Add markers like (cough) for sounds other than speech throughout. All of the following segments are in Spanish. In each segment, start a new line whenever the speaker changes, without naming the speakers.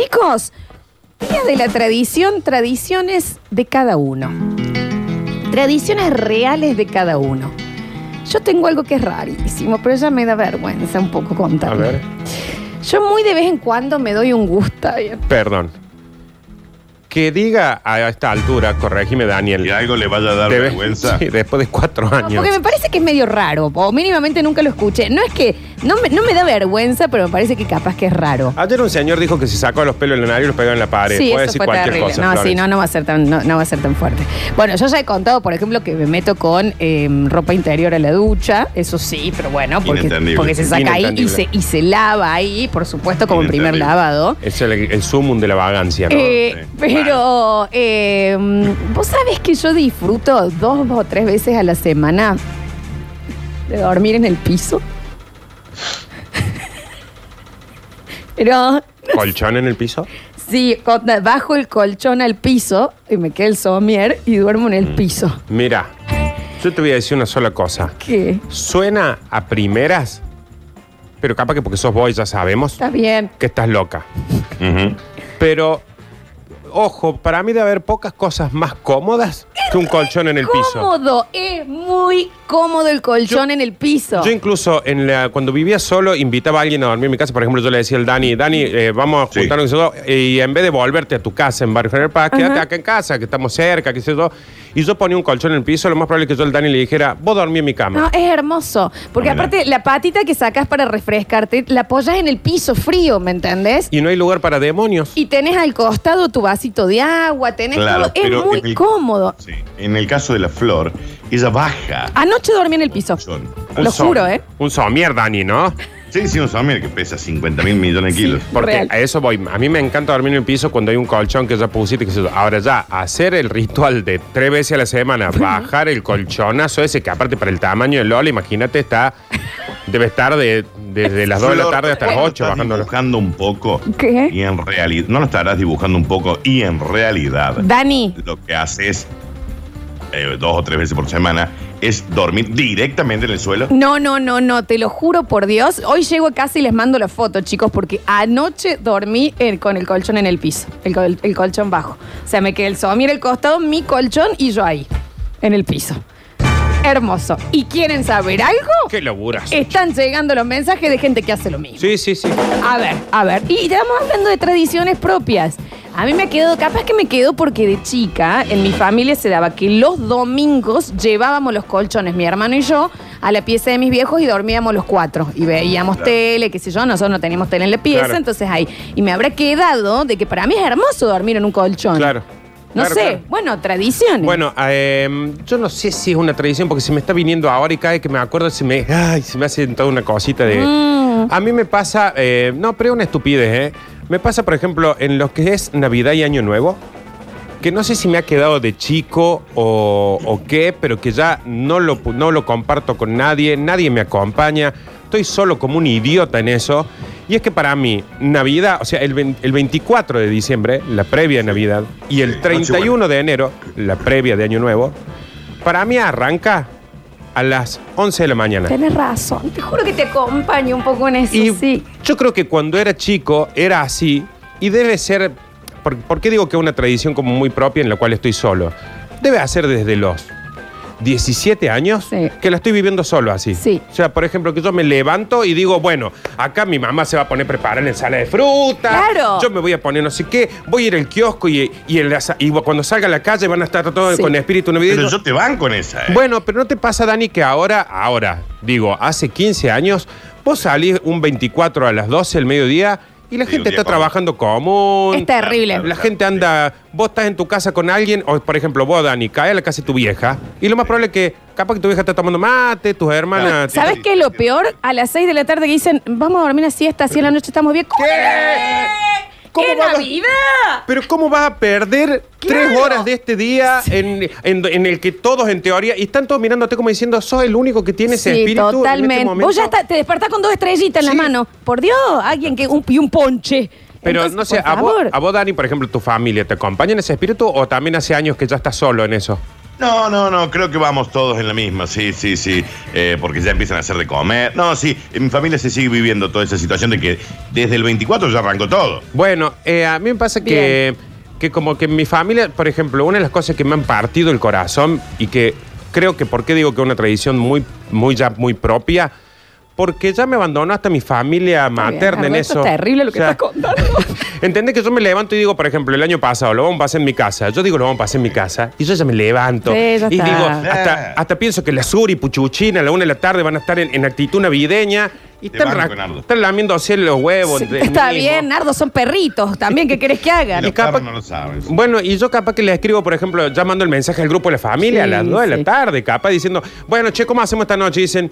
Chicos, días de la tradición, tradiciones de cada uno. Tradiciones reales de cada uno. Yo tengo algo que es rarísimo, pero ya me da vergüenza un poco
A
contarlo.
ver,
Yo muy de vez en cuando me doy un gusto.
perdón. Que diga a esta altura, corregime Daniel.
Y algo le vaya a dar
debe- (laughs)
vergüenza.
Sí, después de cuatro
No,
años.
Porque me parece que es medio raro, o mínimamente nunca lo escuché. No es que, no me, no me da vergüenza, pero me parece que capaz que es raro.
Ayer un señor dijo que se sacó los pelos en la nariz y los pegó en la pared.
Sí,
Puede
eso
decir
fue
cualquier
terrible.
cosa.
no, sí,
Florencia.
no, no va a ser tan, no, no va a ser tan fuerte. Bueno, yo ya he contado, por ejemplo, que me meto con eh, ropa interior a la ducha, eso sí, pero bueno, porque,
Inentendible.
porque se saca ahí y
Inentendible.
se, y se lava ahí, por supuesto, como primer
Inentendible.
lavado.
Es el, el sumum de la vagancia, ¿no?
Eh,
sí.
(laughs) pero eh, vos sabés que yo disfruto dos o tres veces a la semana de dormir en el piso. (laughs) pero
¿Colchón en el piso?
Sí, con- bajo el colchón al piso y me queda el somier y duermo en el piso.
Mira, yo te voy a decir una sola cosa.
¿Qué?
Suena a primeras, pero capaz que porque sos vos ya sabemos
Está bien.
que estás loca.
Ujú.
Pero, ojo, para mí debe haber pocas cosas más cómodas que un colchón en el piso.
Cómodo, es muy cómodo el colchón en el piso.
Yo incluso en la, cuando vivía solo invitaba a alguien a dormir en mi casa, por ejemplo, yo le decía al Dani, Dani, eh, vamos a
Sí.
juntarnos nosotros", y en vez de volverte a tu casa en Barrio General Paz, quédate
Ajá.
acá en casa, que estamos cerca, qué sé yo. Y yo ponía un colchón en el piso, lo más probable es que yo al Dani le dijera, vos dormí en mi
no,
cama.
es hermoso. Porque
Mira.
aparte, la patita que sacas para refrescarte, la apoyas en el piso frío, ¿me entendés? Y,
Y no hay lugar para demonios.
tenés al costado tu vasito de agua, tenés
Claro,
todo. Es
pero
muy
en el-
cómodo.
Sí. En el caso de la flor, ella
Ah.
baja.
Anoche dormí en el piso.
Son-
Un
Lo
som-
juro, ¿eh?
Un somier, Dani, ¿no?
Sí, sí, un sommelier que pesa 50 mil millones de kilos.
Porque
Real.
a eso voy. A mí me encanta dormir en el piso cuando hay un colchón que ya pusiste. Que Ahora ya, hacer el ritual de tres veces a
(laughs)
la semana, bajar el colchonazo ese, que aparte para el tamaño del Lola, imagínate, está debe estar de, desde las 2 de la
Flor,
tarde hasta las
¿no
8
estás
bajándolo.
dibujando un poco.
¿Qué?
Y en realidad. No lo estarás dibujando un poco. Y en realidad.
Dani,
Lo que haces eh, dos o tres veces por semana es dormir directamente en el suelo.
No, no, no, no, te lo juro por Dios. Hoy llego a casa y les mando la foto, chicos, porque anoche dormí eh, con el colchón en el piso, el, col- el colchón bajo. O sea, me quedé el somier al costado, mi colchón y yo ahí, en el piso. Hermoso. ¿Y quieren saber algo?
¡Qué locuras!
Están llegando los mensajes de gente que hace lo mismo.
Sí, sí, sí.
A ver, a ver. Y estamos hablando de tradiciones propias. A mí me quedó, capaz que me quedó porque de chica en mi familia se daba que los domingos llevábamos los colchones, mi hermano y yo, a la pieza de mis viejos y dormíamos los cuatro. Y veíamos
Claro.
tele, qué sé yo, nosotros no teníamos tele en la pieza,
Claro.
entonces ahí. Y me habrá quedado de que para mí es hermoso dormir en un colchón.
Claro.
No
Claro,
sé,
claro.
bueno, tradiciones.
Bueno, eh, yo no sé si es una tradición porque se me está viniendo ahora y cada vez que me acuerdo se me, ay, se me hace toda una cosita de... A mí me pasa, eh, no, pero es una estupidez, ¿eh? Me pasa, por ejemplo, en lo que es Navidad y Año Nuevo, que no sé si me ha quedado de chico o, o qué, pero que ya no lo, pu- no lo comparto con nadie, nadie me acompaña, estoy solo como un idiota en eso. Y es que para mí, Navidad, o sea, el, vein- el 24 de diciembre, la previa de Navidad, y el
Sí,
31
Nochebuena.
de enero, la previa de Año Nuevo, para mí arranca a las 11 de la mañana.
Tenés razón, te juro que te acompaño un poco en eso,
Y
sí.
yo creo que cuando era chico era así y debe ser, por, ¿por qué digo que es una tradición como muy propia en la cual estoy solo? Debe hacer desde los 17 años
Sí.
que la estoy viviendo solo así.
Sí.
O sea, por ejemplo, que yo me levanto y digo, bueno, acá mi mamá se va a poner a preparar la ensalada de fruta.
Claro.
Yo me voy a poner no sé qué, voy a ir al kiosco y, y, el asa- y cuando salga a la calle van a estar todos
Sí.
con espíritu navideño.
Pero yo te van con esa. eh.
Bueno, pero ¿no te pasa, Dani, que ahora, ahora, digo, hace 15 años, vos salís un 24 a las 12 del mediodía y la
Sí, un
gente
día
está
común.
trabajando común.
Es terrible.
La gente anda, vos estás en tu casa con alguien, o por ejemplo, vos, Dani, cae a la casa de tu vieja, y lo más probable es que capaz que tu vieja está tomando mate, tus hermanas...
Claro.
¿Sabes
Sí,
qué es
sí,
lo
sí.
peor? A las 6 de la tarde que dicen, vamos a dormir una siesta, así en la noche estamos bien. ¿Cómo?
¿Qué?
¿Cómo
¿Cómo
¡Qué
vas a-
Navidad!
Pero ¿cómo vas a perder
Claro.
tres horas de este día en, en- en el que todos, en teoría, y están todos mirándote como diciendo, sos el único que tiene ese
Sí,
espíritu en este
totalmente.
momento"?
Vos ya está- te despertás con dos estrellitas en la
Sí.
mano. Por Dios, alguien que. Un, y un ponche.
Pero
Entonces,
no sé,
por
a vos,
favor.
a vos, Dani, por ejemplo, tu familia, ¿te acompaña en ese espíritu o también hace años que ya estás solo en eso?
No, no, no, creo que vamos todos en la misma, sí, sí, sí, eh, porque ya empiezan a hacer de comer. No, sí, en mi familia se sigue viviendo toda esa situación de que desde el 24 ya arrancó todo.
Bueno, eh, a mí me pasa que, que como que en mi familia, por ejemplo, una de las cosas que me han partido el corazón y que creo que, ¿por qué digo que es una tradición muy, muy, ya muy propia? Porque ya me abandonó hasta mi familia materna en eso.
Es terrible lo que
O sea,
estás
(laughs)
contando.
¿Entendés que yo me levanto y digo, por ejemplo, el año pasado, lo vamos a pasar en mi casa? Yo digo, lo vamos a pasar en mi casa. Y yo ya me levanto.
Sí, ya
y
está.
digo, hasta, hasta pienso que la Suri, Puchuchina, a la una de la tarde van a estar en, en actitud navideña. Y
Te
están,
banco,
ra-
Nardo.
están lamiéndose los huevos.
Sí,
entre-
Está
mismo.
bien, Nardo, son perritos también. ¿Qué querés que
Y
hagan?
los
capaz-
cabros no lo saben.
Bueno, y yo capaz que le escribo, por ejemplo, ya mando el mensaje al grupo de la familia
Sí,
a las 2 de
sí.
la tarde, capaz diciendo, bueno, che, ¿cómo hacemos esta noche? Y dicen,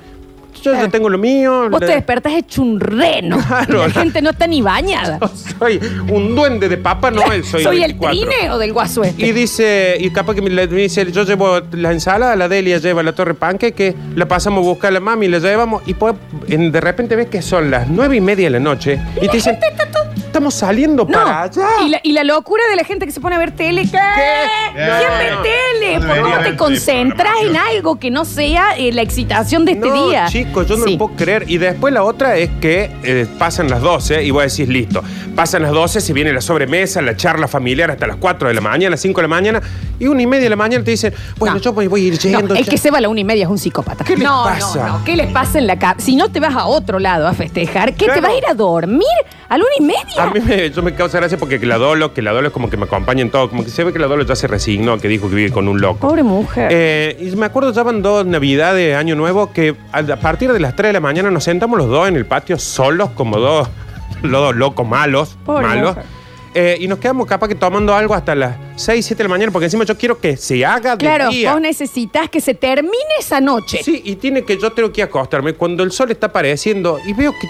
yo
Claro.
ya tengo lo mío.
Eh, Vos
la-
te despertás hecho un reno.
Claro.
la gente no está ni bañada.
Yo (laughs) soy un duende de Papá Noel, soy,
el
24.
trine o del guaso este.
Y dice, y capaz que me, le- me dice, yo llevo la ensalada, la Delia lleva la torre panque, que la pasamos a buscar a la mami, la llevamos, y po- en- de repente ves que son las nueve y media de la noche, y, te dicen, estamos saliendo
No.
para allá.
Y la, y la locura de la gente que se pone a ver tele. ¿Qué? ¿Quién ve
No.
tele? ¿Por
No
qué
debería
no te
haber
concentras en
programación.
algo que no sea eh, la excitación de este
no,
día?
chicos, yo no
Sí.
lo puedo creer. Y después la otra es que eh, pasan las 12 y vos decís, listo, pasan las 12, se viene la sobremesa, la charla familiar hasta las 4 de la mañana, 5 de la mañana, y una y media de la mañana te dicen, bueno,
No.
yo voy, voy a ir
No,
yendo.
el
ya.
que se va a la una y media es un psicópata.
¿Qué les
no,
pasa?
no, no. ¿Qué les pasa en la casa? Si no te vas a otro lado a festejar, ¿qué te
Claro.
vas a ir a dormir a la una y media?
A mí me, yo me causa gracia porque que la Dolo, que la Dolo es como que me acompaña en todo, como que se ve que la Dolo ya se resignó, que dijo que vive con un loco.
Pobre mujer.
Eh, y me acuerdo, ya van dos navidades, año nuevo, que a a partir de las 3 de la mañana nos sentamos los dos en el patio solos, como dos, (laughs) los dos locos malos,
Pobre
malos.
mujer.
Eh, y nos quedamos capaz que tomando algo hasta las 6, 7 de la mañana, porque encima yo quiero que se haga de
claro,
día.
vos necesitas que se termine esa noche.
Sí, y tiene que yo tengo que acostarme cuando el sol está apareciendo y veo que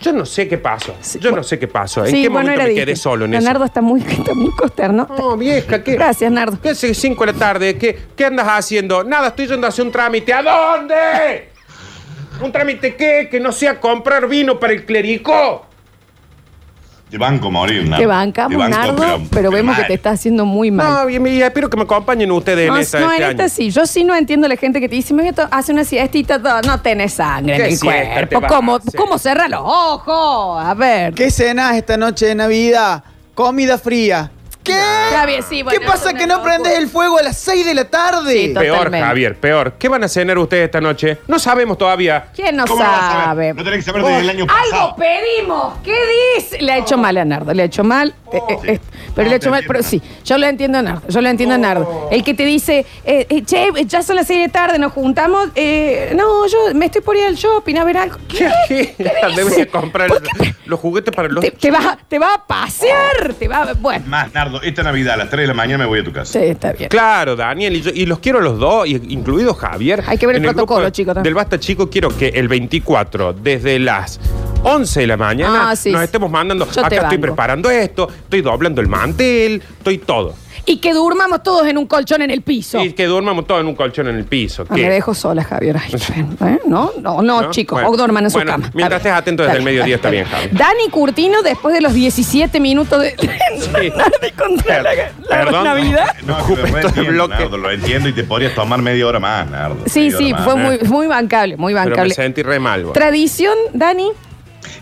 yo no sé qué pasó.
Sí,
Yo
bueno.
no sé qué pasó. ¿En
Sí,
qué
bueno,
momento
era
me
difícil.
quedé solo en eso?
Leonardo está muy, (laughs) está muy consternado.
No, vieja, ¿qué?
Gracias, Nardo.
¿Qué hace 5 de la tarde? ¿Qué, ¿Qué andas haciendo? Nada, estoy yendo a hacer un trámite. ¿A dónde? ¿Un trámite qué? Que no sea comprar vino para el clérigo.
Te banco morir, Nardo.
Te bancamos,
Te banco,
Nardo, pero, vemos que
mal.
te está haciendo muy mal.
No, bien, bien, espero que me acompañen ustedes
No,
en esta,
no,
este
en
año.
esta sí. Yo sí no entiendo la gente que te dice, me voy a to- hacer una siestita, no, no tenés sangre en
¿Qué
el
siesta te
cuerpo.
vas a
¿Cómo,
hacer?
¿Cómo cerrar los ojos? A ver.
¿Qué cenas esta noche de Navidad? Comida fría. ¿Qué?
Está bien, sí, bueno,
¿Qué
es
pasa
una
que no
locura.
prendes el fuego a las 6 de la
Sí,
tarde?
to-
Peor,
Totalmente.
Javier, peor. ¿Qué van a cenar ustedes esta noche? No sabemos todavía.
¿Quién no
¿Cómo no vas a saber?
sabe?
No tenés que saber desde el año pasado.
Algo pedimos. ¿Qué dice? Le ha hecho mal a Nardo, le ha hecho mal. eh, eh, eh, pero
Oh, No,
le ha hecho
te
mal, pero
entiendo. Oh.
sí. Yo lo entiendo a Nardo. Yo lo entiendo a Nardo. El que te dice, eh, eh, che, ya son las seis de tarde, nos juntamos. eh, no, yo me estoy por ir al shopping a ver
(laughs)
algo. ¿Qué?
¿Qué?
¿Qué dice?
Deben de comprar
¿Por qué
los juguetes para los
Te, te vas, a- te vas a pasear. Te va, bueno,
Más, Nardo, esta Navidad a las 3 de la mañana me voy a tu casa.
sí, está bien.
Claro, Daniel, y, yo- y los quiero a los dos, y- incluido Javier.
Hay que ver el
En
protocolo,
grupo
chicos, también.
Del Basta Chico, quiero que el 24, desde las 11 de la mañana,
Ah, sí,
nos
sí.
estemos mandando.
Yo te
acá estoy
banco.
preparando esto, estoy doblando el mantel, estoy todo.
Y que durmamos todos en un colchón en el piso.
Y que durmamos todos en un colchón en el piso.
Ah,
¿qué?
me dejo sola, Javier.
(laughs)
Ay, ¿eh? No, no, no,
¿No?
chicos.
Bueno.
O duerman en su
Bueno,
cama.
mientras
Está
estés atento
Está
desde el mediodía, está bien, Javi.
Dani Curtino, después de los 17 minutos de (laughs) Nardi contra la,
Per-
la
perdón.
Navidad.
No,
Me ocupé
pero lo
todo el
entiendo,
bloque.
Nardo, lo entiendo y te podrías tomar media hora más, Nardo.
Sí,
media hora
sí,
más,
fue
¿eh?
muy, muy bancable, muy
Pero me
bancable.
sentí re mal. vos.
Tradición, Dani.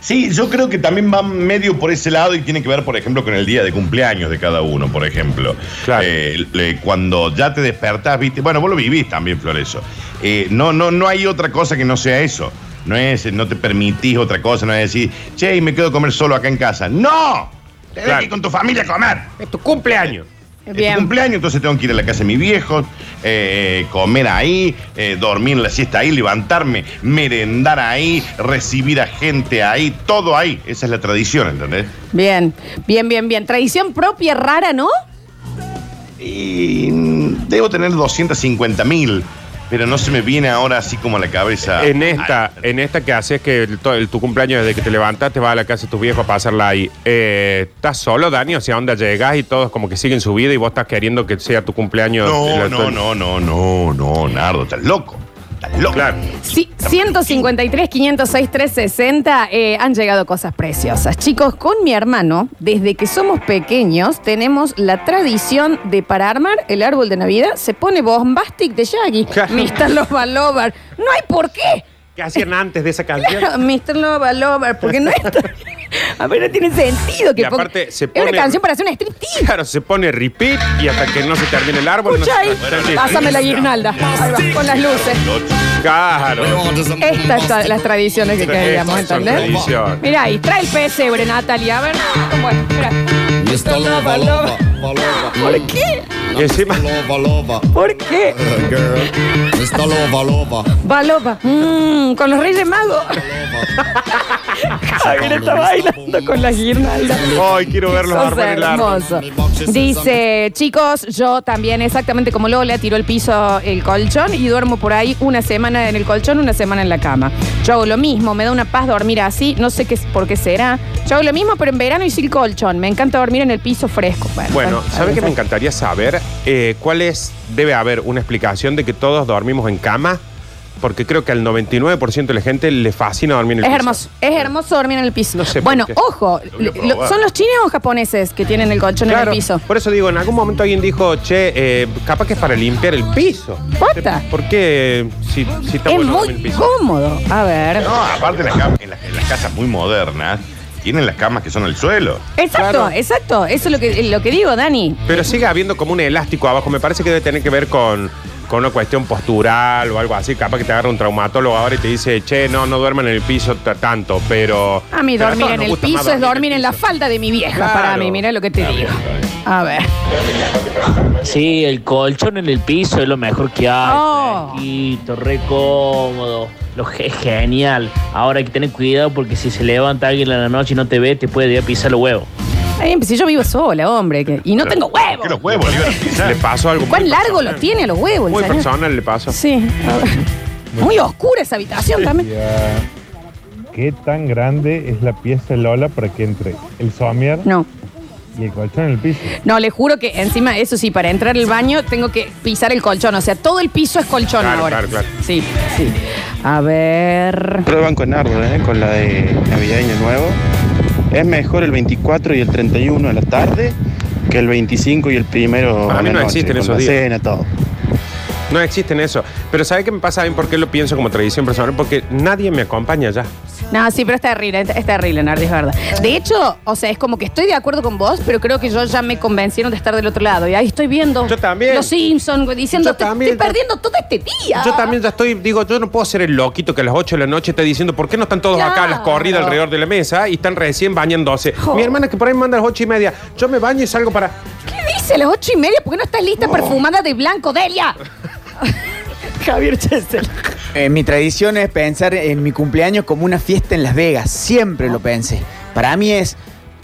Sí, yo creo que también va medio por ese lado y tiene que ver, por ejemplo, con el día de cumpleaños de cada uno, por ejemplo.
Claro.
Eh, le- cuando ya te despertás, viste, bueno, vos lo vivís también, Floreso. Eh, no, no, no hay otra cosa que no sea eso. No es, no te permitís otra cosa, no es decir, che, y me quedo a comer solo acá en casa. ¡No! Tenés
Claro.
que ir con tu familia a comer.
Es tu cumpleaños.
Es tu
Bien.
cumpleaños, entonces tengo que ir a la casa de mis viejos, eh, comer ahí, eh, dormir la siesta ahí, levantarme, merendar ahí, recibir a gente ahí, todo ahí. Esa es la tradición, ¿entendés?
Bien, bien, bien, bien. Tradición propia, rara, ¿no?
Y mm, debo tener 250 mil, pero no se me viene ahora así como a la cabeza.
En esta,
Ah,
en esta que haces que el- to- el- tu cumpleaños desde que te levantas te vas a la casa de tus viejos a pasarla ahí. Eh, ¿Estás solo, Dani? O sea, onda llegas y todos como que siguen su vida y vos estás queriendo que sea tu cumpleaños.
no,
el-
no, no, no, no, no, Nardo, estás loco. Estás loco.
Claro.
Sí, 153, 506, 360 eh, han llegado cosas preciosas. Chicos, con mi hermano, desde que somos pequeños, tenemos la tradición de para armar el árbol de Navidad se pone bombastic de Shaggy.
Claro.
Mr. Loba Lover. No hay por qué.
¿Qué hacían antes de esa canción?
(laughs) Mr. Loba Lover, porque no está. (laughs) A ver, no tiene sentido que
Y
ponga-
aparte se
Es
pone-
una canción para hacer un striptease.
(laughs) Claro, se pone repeat y hasta que no se termine el árbol. no se-
Escucha ahí.
Sí.
Pásame la guirnalda. Ahí va, con las luces.
Claro.
Estas son las tradiciones que queríamos,
Estas son
¿entendés? (laughs)
tradiciones.
Mirá ahí, trae el pesebre, Natalia. A ver, bueno, mirá.
Mr. Loba, Loba, Loba.
¿Por qué?
Y encima,
Loba, Loba,
¿Por qué?
uh, girl. Mr. Loba, Loba.
Baloba. Mmm, con los Reyes Magos. Javier está bailando con las guirnaldas.
ay, quiero verlos
Sos
armar el árbol.
hermoso. Dice, chicos, yo también exactamente como Lola tiro el piso el colchón y duermo por ahí una semana en el colchón, una semana en la cama. Yo hago lo mismo, me da una paz dormir así, no sé qué, por qué será. Yo hago lo mismo, pero en verano y sin colchón. Me encanta dormir en el piso fresco.
Bueno,
está
¿saben
bien,
qué me
está
encantaría saber? Eh, ¿Cuál es, debe haber una explicación de que todos dormimos en cama? Porque creo que al 99% de la gente le fascina dormir en el
Es
piso.
hermoso, es hermoso dormir en el piso.
No sé por
bueno,
qué.
ojo,
Lo voy a
lo-
probar.
¿son los chinos o japoneses que tienen el colchón en
Claro,
el piso?
por eso digo, en algún momento alguien dijo, che, eh, capaz que es para limpiar el piso.
Posta.
¿Por qué eh, si, si está
Es
bueno dormir en el
muy
piso?
cómodo. A ver.
No, aparte las camas- en, las, en las casas muy modernas tienen las camas que son al suelo.
Exacto,
Claro.
exacto. Eso es lo que, lo que digo, Dani.
Pero sigue habiendo como un elástico abajo. Me parece que debe tener que ver con, con una cuestión postural o algo así. Capaz que te agarra un traumatólogo ahora y te dice, che, no, no duerman en el piso t- tanto, pero...
A mí
pero
dormir
todos
en
nos
el
gusta
piso
más
es dormir en la
piso.
falda de mi vieja
Claro.
para mí, mira lo que te digo. A ver.
Sí, el colchón en el piso es lo mejor que hay.
Oh.
Fresquito, re cómodo. Lo ge- es genial. Ahora hay que tener cuidado porque si se levanta alguien en la noche y no te ve, te puede ir a pisar los huevos.
Ay, si yo vivo sola, hombre, que- y no tengo
¿Por ¿Qué
huevos.
los huevos? Le iban a
Le
pisar.
pasó algo
¿Cuán
muy
largo
personal.
los tiene los huevos? el
Muy
señor?
personal le pasó.
Sí. a ver. Muy oscura esa habitación también.
¿eh?
¿Qué tan grande es la pieza de Lola para que entre el somier
No.
y el colchón en el piso?
No, le juro que encima, eso sí, para entrar al baño tengo que pisar el colchón. O sea, todo el piso es colchón
Claro,
ahora.
claro, claro.
Sí, sí. A ver.
Prueban con árboles, ¿eh? con la de Navidad y Año Nuevo. Es mejor el 24 y el 31 de la tarde que el 25 y el primero
Para
de
mí
la
no
noche,
existen
con
esos
la
días.
cena, todo.
No existen eso. Pero ¿sabe qué me pasa bien? ¿Por qué lo pienso como tradición personal? Porque nadie me acompaña ya.
No, sí, pero es terrible, es terrible, Nardi, es verdad. De hecho, o sea, es como que estoy de acuerdo con vos, pero creo que yo ya me convencieron de estar del otro lado. Y ahí estoy viendo
Yo también.
los Simpsons diciendo,
Yo
"Te-
también,
estoy
yo-
perdiendo todo este día.
Yo también ya estoy, digo, yo no puedo ser el loquito que a las 8 de la noche está diciendo, ¿por qué no están todos acá a las
Claro.
corridas alrededor de la mesa y están recién bañándose?
Jo.
Mi hermana que por ahí me manda a las 8 y media, yo me baño y salgo para...
¿Qué dice a las ocho y media? ¿Por qué no estás lista perfumada de blanco,
(laughs)
Delia? Javier Chesel.
Eh, mi tradición es pensar en mi cumpleaños como una fiesta en Las Vegas. Siempre lo pensé. Para mí es,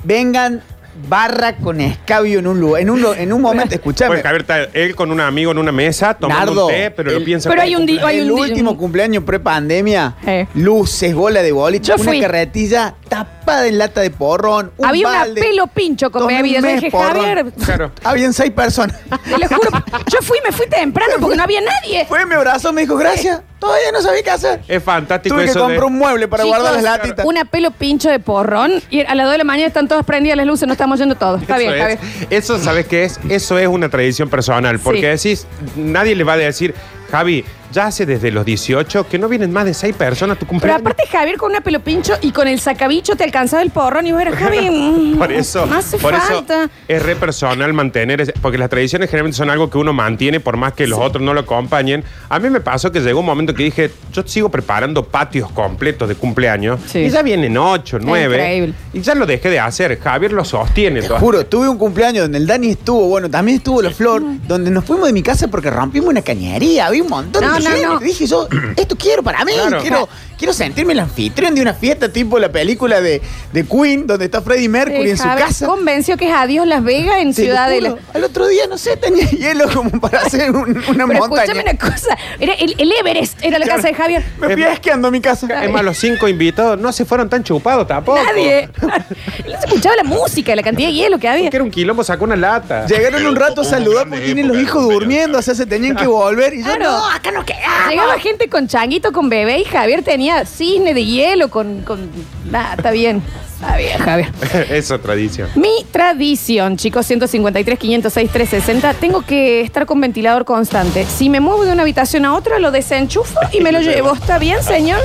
vengan barra con escabio en un lugar, en un, lu- en un momento, escuchame.
Bueno, Javier está él con un amigo en una mesa tomando
Nardo,
un té, pero
el-
lo piensa...
Pero
como
hay un día. hay
el
un di-
último cumpleaños pre-pandemia,
Eh.
luces, bola de boliche,
Yo
una
fui.
carretilla tapada en lata de porrón, un
Había una
balde.
pelo pincho con
Tomé un
bebida. Yo
mes
dije,
porrón.
Javier,
(laughs) Claro.
Habían seis personas.
te lo juro. Yo fui, me fui temprano porque no había nadie.
Fue, me abrazó, me dijo, gracias. Todavía no sabía qué hacer.
Es fantástico
Tuve que
eso
comprar
de...
un mueble para
Chicos,
guardar las latitas.
Una pelo pincho de porrón y a las 2 de la mañana están todas prendidas las luces, no estamos yendo todos. Está bien,
eso
está
es.
bien.
Eso, ¿sabes qué es? Eso es una tradición personal. Porque decís, nadie le va a decir, Javi, ya hace desde los 18 que no vienen más de 6 personas a tu
Pero
cumpleaños.
aparte Javier con una pelo pincho y con el sacabicho te alcanzaba el porrón y vos eras
(laughs)
Javi. mm,
(laughs) Por eso,
No hace
por
falta.
eso es re personal mantener, ese- porque las tradiciones generalmente son algo que uno mantiene por más que los otros no lo acompañen. A mí me pasó que llegó un momento que dije, yo sigo preparando patios completos de cumpleaños
Sí.
y ya vienen ocho, nueve
increíble.
y ya lo dejé de hacer. Javier lo sostiene.
Te
todo.
juro, tuve un cumpleaños donde el Dani estuvo, bueno, también estuvo la Flor, donde nos fuimos de mi casa porque rompimos una cañería, había un montón
No,
de
no,
gente.
no.
Dije yo, esto quiero para mí,
Claro.
quiero, Quiero sentirme el anfitrión de una fiesta tipo la película de, de Queen, donde está Freddie Mercury en su
Javi,
casa.
Eh, Convenció que es adiós Las Vegas en
Te lo
Ciudad de
juro,
la...
Al otro día, no sé, tenía hielo como para hacer un- una
Pero
montaña.
escúchame una cosa. Era el, el Everest era la casa de Javier.
Me fui esquiando a mi casa.
Es más, los cinco invitados no se fueron tan chupados tampoco.
Nadie. (laughs) No se escuchaba la música, la cantidad de hielo que había.
Que era un quilombo, sacó
(laughs)
una lata.
Llegaron
Pero
un rato a
hubo
saludar
grandes
porque tienen los
épocas,
hijos
compañero.
durmiendo, o sea, se tenían (laughs) que volver. Y yo,
Claro.
no, acá nos quedamos.
Llegaba gente con changuito, con bebé y Javier tenía cisne de hielo con... con... Nah, está bien. Está bien, Javier.
Esa tradición.
Mi tradición, chicos, 153, 506, 360. Tengo que estar con ventilador constante. Si me muevo de una habitación a otra, lo desenchufo y me lo llevo. ¿Está bien, señor?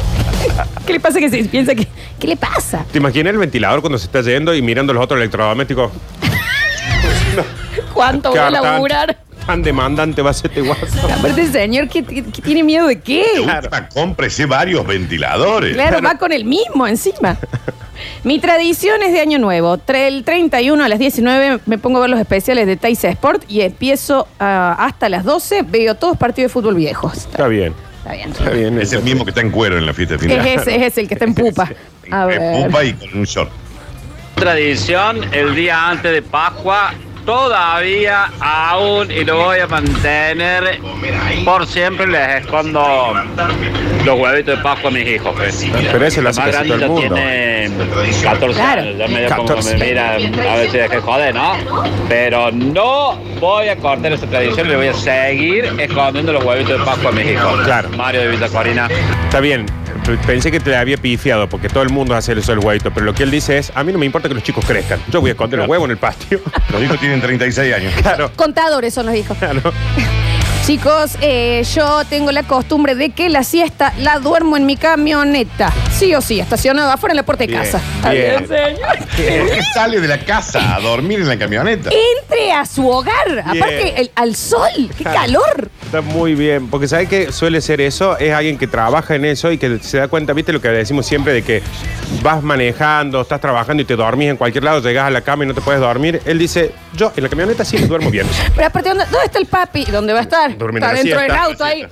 (laughs) ¿Qué le pasa que se piensa que.? ¿Qué le pasa?
¿Te imaginas el ventilador cuando se está yendo y mirando los otros electrodomésticos?
¿Cuánto voy a
Claro, tan-
laburar?
Tan demandante va a ser este guaso.
Aparte, señor, ¿qué, qué- qué tiene miedo de qué?
De última, cómprese varios ventiladores.
Claro, va con el mismo encima. Mi tradición es de Año Nuevo. Tre- El 31 a las 19 me pongo a ver los especiales de Tays Sport y empiezo ah, hasta las 12. Veo todos partidos de fútbol viejos.
Está bien.
Está bien.
Está bien.
Es el mismo que está en cuero en la fiesta de fin de
Es
año.
ese, es ese, el que está en pupa. A
En
ver.
pupa y con un short.
tradición el día antes de Pascua. Todavía aún y lo voy a mantener por siempre les escondo los huevitos de Pascua a mis hijos. pues.
Pero ese lo
La
hace
más
casi todo
grande
el
ya
mundo.
tiene 14
Claro.
años, ya medio como que
14.
me mira a ver si es que jode, ¿no? Pero no voy a cortar esa tradición, le voy a seguir escondiendo los huevitos de Pascua a mis hijos.
Claro.
Mario de Villa Corina.
Está bien. P- Pensé que te había pifiado porque todo el mundo hace eso el huevito. Pero lo que él dice es: A mí no me importa que los chicos crezcan. Yo voy a esconder los huevos en el patio. (laughs)
Los hijos tienen 36 años.
Claro.
Contadores son los hijos.
Claro.
(laughs) Chicos, eh, yo tengo la costumbre de que la siesta la duermo en mi camioneta. Sí o sí, estacionado afuera en la puerta de
Bien,
casa.
bien.
Está bien, señor.
¿Por qué sale de la casa a dormir en la camioneta?
Entre a su hogar. Aparte, el- al sol. ¡Qué
Claro.
calor!
Está muy bien, porque ¿sabes que suele ser eso? Es alguien que trabaja en eso y que se da cuenta, ¿viste? Lo que decimos siempre de que vas manejando, estás trabajando y te dormís en cualquier lado, llegas a la cama y no te puedes dormir. Él dice, yo en la camioneta sí me duermo bien.
Pero aparte, ¿dónde, dónde está el papi? ¿Dónde va a estar?
Durmiendo
está
la
dentro del
siesta.
auto
(laughs)
ahí.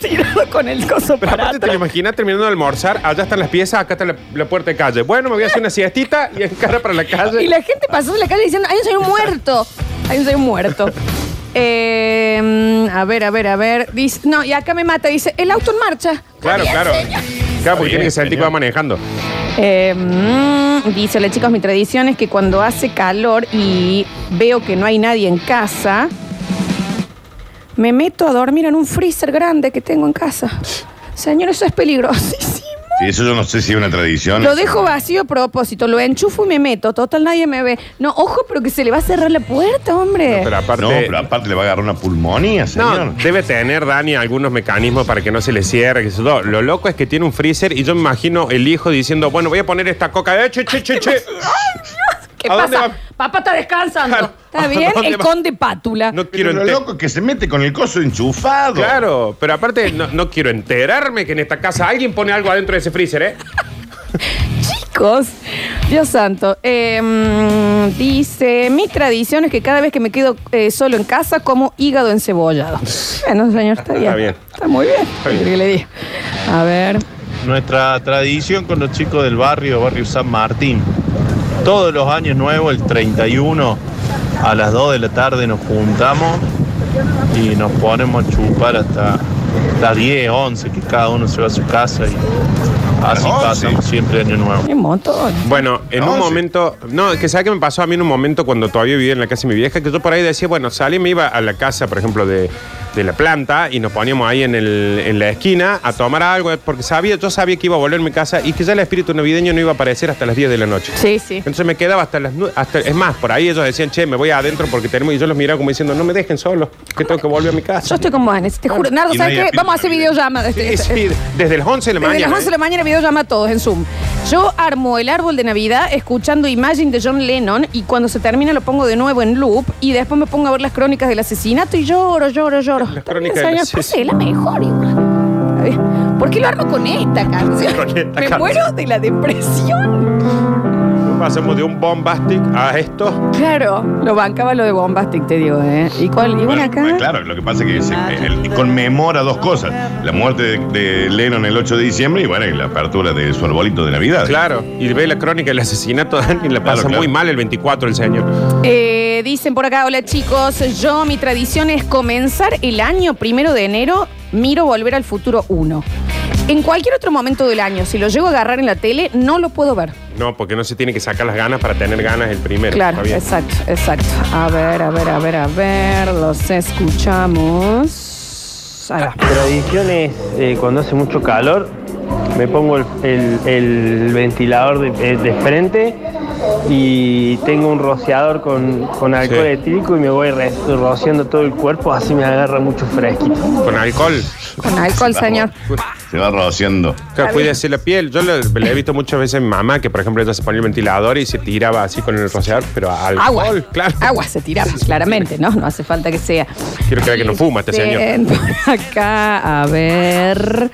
Tirado con el coso
Pero
para
aparte te
atrás.
lo imaginas terminando de almorzar, allá están las piezas, acá está la, la puerta de calle. Bueno, me voy a hacer una siestita y encara para la calle.
Y la gente pasó en la calle diciendo, hay un señor muerto. Hay un señor
(laughs)
muerto. Eh, a ver, a ver, a ver. Dice, no, y acá me mata. Dice, el auto en marcha.
Claro, claro. Claro, porque
bien,
tiene que sentir que va
señor.
manejando.
Eh, mm, dice, hola chicos, mi tradición es que cuando hace calor y veo que no hay nadie en casa, me meto a dormir en un freezer grande que tengo en casa. Señor, eso es peligrosísimo.
Sí, eso yo no sé si es una tradición.
Lo dejo vacío a propósito, lo enchufo y me meto. Total, nadie me ve. No, ojo, pero que se le va a cerrar la puerta, hombre.
Pero aparte...
No, pero aparte le va a agarrar una pulmonía, señor.
No, debe tener Dani algunos mecanismos para que no se le cierre. que se- no, Lo loco es que tiene un freezer y yo me imagino el hijo diciendo, bueno, voy a poner esta coca. Eh, che, che, che, che.
¿Qué
¿a dónde
pasa?
va?
Papá está
(laughs)
descansando.
Claro.
Está
¿A
bien,
dónde
el
va?
conde pátula.
No quiero
(laughs) Pero lo
enterarme.
loco es que se mete con el coso enchufado.
Claro, pero aparte no, no quiero enterarme que en esta casa alguien pone algo adentro de ese freezer, ¿eh?
Chicos, Dios santo. Eh, mm, dice, mi tradición es que cada vez que me quedo eh, solo en casa como hígado encebollado. Bueno, señor, está bien.
Está bien.
Está muy bien.
bien.
¿Qué quiere que le diga? A ver.
Nuestra tradición con los chicos del barrio, barrio San Martín. Todos los años nuevos, el 31, a las 2 de la tarde nos juntamos y nos ponemos a chupar hasta las 10, 11, que cada uno se va a su casa y así
Oh,
Once.
pasamos siempre año nuevo.
Hay un montón.
Bueno, en
No,
un
sí.
momento. No, es que ¿sabes qué me pasó a mí en un momento cuando todavía vivía en la casa de mi vieja? Que yo por ahí decía, bueno, salí y me iba a la casa, por ejemplo, de, de la planta y nos poníamos ahí en, el- en la esquina a tomar algo, eh, porque sabía, yo sabía que iba a volver a mi casa y que ya el espíritu navideño no iba a aparecer hasta las 10 de la noche.
Sí, sí.
Entonces me quedaba hasta las nue- hasta Es más, por ahí ellos decían, che, me voy adentro porque tenemos. Y yo los miraba como diciendo, no me dejen solo, que tengo que volver a mi
Yo
casa.
estoy con vos, Anes, Te juro. Nardo,
Y
¿sabes
no hay
qué?
espíritu
Vamos a hacer
navideño.
videollamada.
Sí, sí, desde las 11 de la
Desde
mañana. ¿eh?
las 11 de la mañana videollama a todos en Zoom. Yo armo el árbol de Navidad escuchando Imagine de John Lennon y cuando se termina lo pongo de nuevo en loop y después me pongo a ver las crónicas del asesinato y lloro, lloro, lloro. Está bien,
crónicas del
señor,
asesinato.
pues, es la mejor igual. Está bien. ¿Por qué lo armo con esta canción?
Con esta
me
canción.
muero de la depresión.
¿eh? pasamos de un bombastic a esto.
Claro, lo bancaba lo de Bombastic, te digo, ¿eh? ¿Y cuál? ¿Y una
Bueno,
acá?
Claro, lo que pasa es que se- el- conmemora dos cosas. La muerte de, de Lennon el 8 de diciembre y bueno, y la apertura de su arbolito de Navidad.
Claro. Y ve la crónica del asesinato de Dani, la
Claro,
pasa
claro.
muy mal el 24 el señor.
Eh, dicen por acá, hola chicos, yo mi tradición es comenzar el año primero de enero, miro volver al futuro 1. En cualquier otro momento del año, si lo llego a agarrar en la tele, no lo puedo ver.
No, porque no se tiene que sacar las ganas para tener ganas el primero.
Claro,
Está bien.
exacto, exacto. A ver, a ver, a ver, a ver, los escuchamos. Ahí va.
Ah,
Tradición es eh, cuando hace mucho calor, me pongo el, el- el ventilador de, eh, de frente y tengo un rociador con, con alcohol
Sí.
etílico y me voy re- rociando todo el cuerpo, así me agarra mucho fresquito.
Con alcohol.
Con alcohol, señor.
Se va rociando.
Claro, cuídese la piel. Yo le, le he visto muchas veces a mi mamá que, por ejemplo, ella se ponía el ventilador y se tiraba así con el rociador, pero al
Agua.
alcohol, claro.
Agua se tiraba, claramente, ¿no? No hace falta que sea.
Quiero creer que no fuma este señor.
Ven por acá, a ver.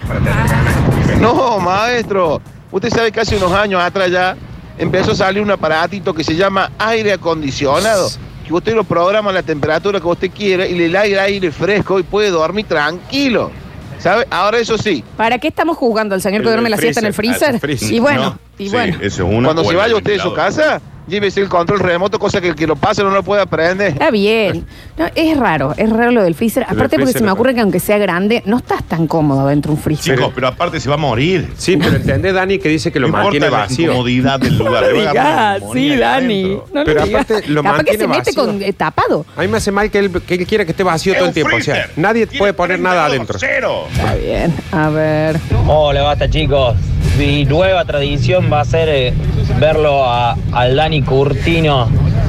No, maestro. Usted sabe que hace unos años atrás ya empezó a salir un aparatito que se llama aire acondicionado. Que usted lo programa a la temperatura que usted quiera y le da el aire fresco y puede dormir tranquilo. ¿Sabe? Ahora eso sí,
¿Para qué estamos juzgando al señor
El
que duerme
del
la siesta en el
freezer,
freezer?
al freezer.
Y bueno,
Mm, No,
y
sí,
bueno.
eso es una.
cuando
o
se
el
vaya usted de su
ventilador.
casa, llévese el control remoto, cosa que el que lo pase no lo puede aprender.
Está bien. No, es raro, es raro lo del freezer.
del
Aparte porque
freezer
se me
es
ocurre que aunque sea grande, no estás tan cómodo dentro de un freezer.
Chicos, pero aparte se va a morir.
Sí, pero entendés, Dani, que dice que lo
No
mantiene
importa La
vacío.
incomodidad del lugar. Le va a
digas,
agarrar una
sí,
neumonía ahí
Dani.
"Ah, adentro.
No lo
Pero
digas.
aparte lo
Capaz que se
mantiene
mete
vacío.
con eh, tapado.
A mí me hace mal que él, que él quiera que esté vacío
Es
todo
un
el tiempo. O sea,
freezer.
nadie
Tiene
puede poner
30
nada
grados
adentro.
Cero.
Está bien. A ver.
Hola, basta chicos. Mi nueva tradición va a ser eh, verlo a, al Dani Curtino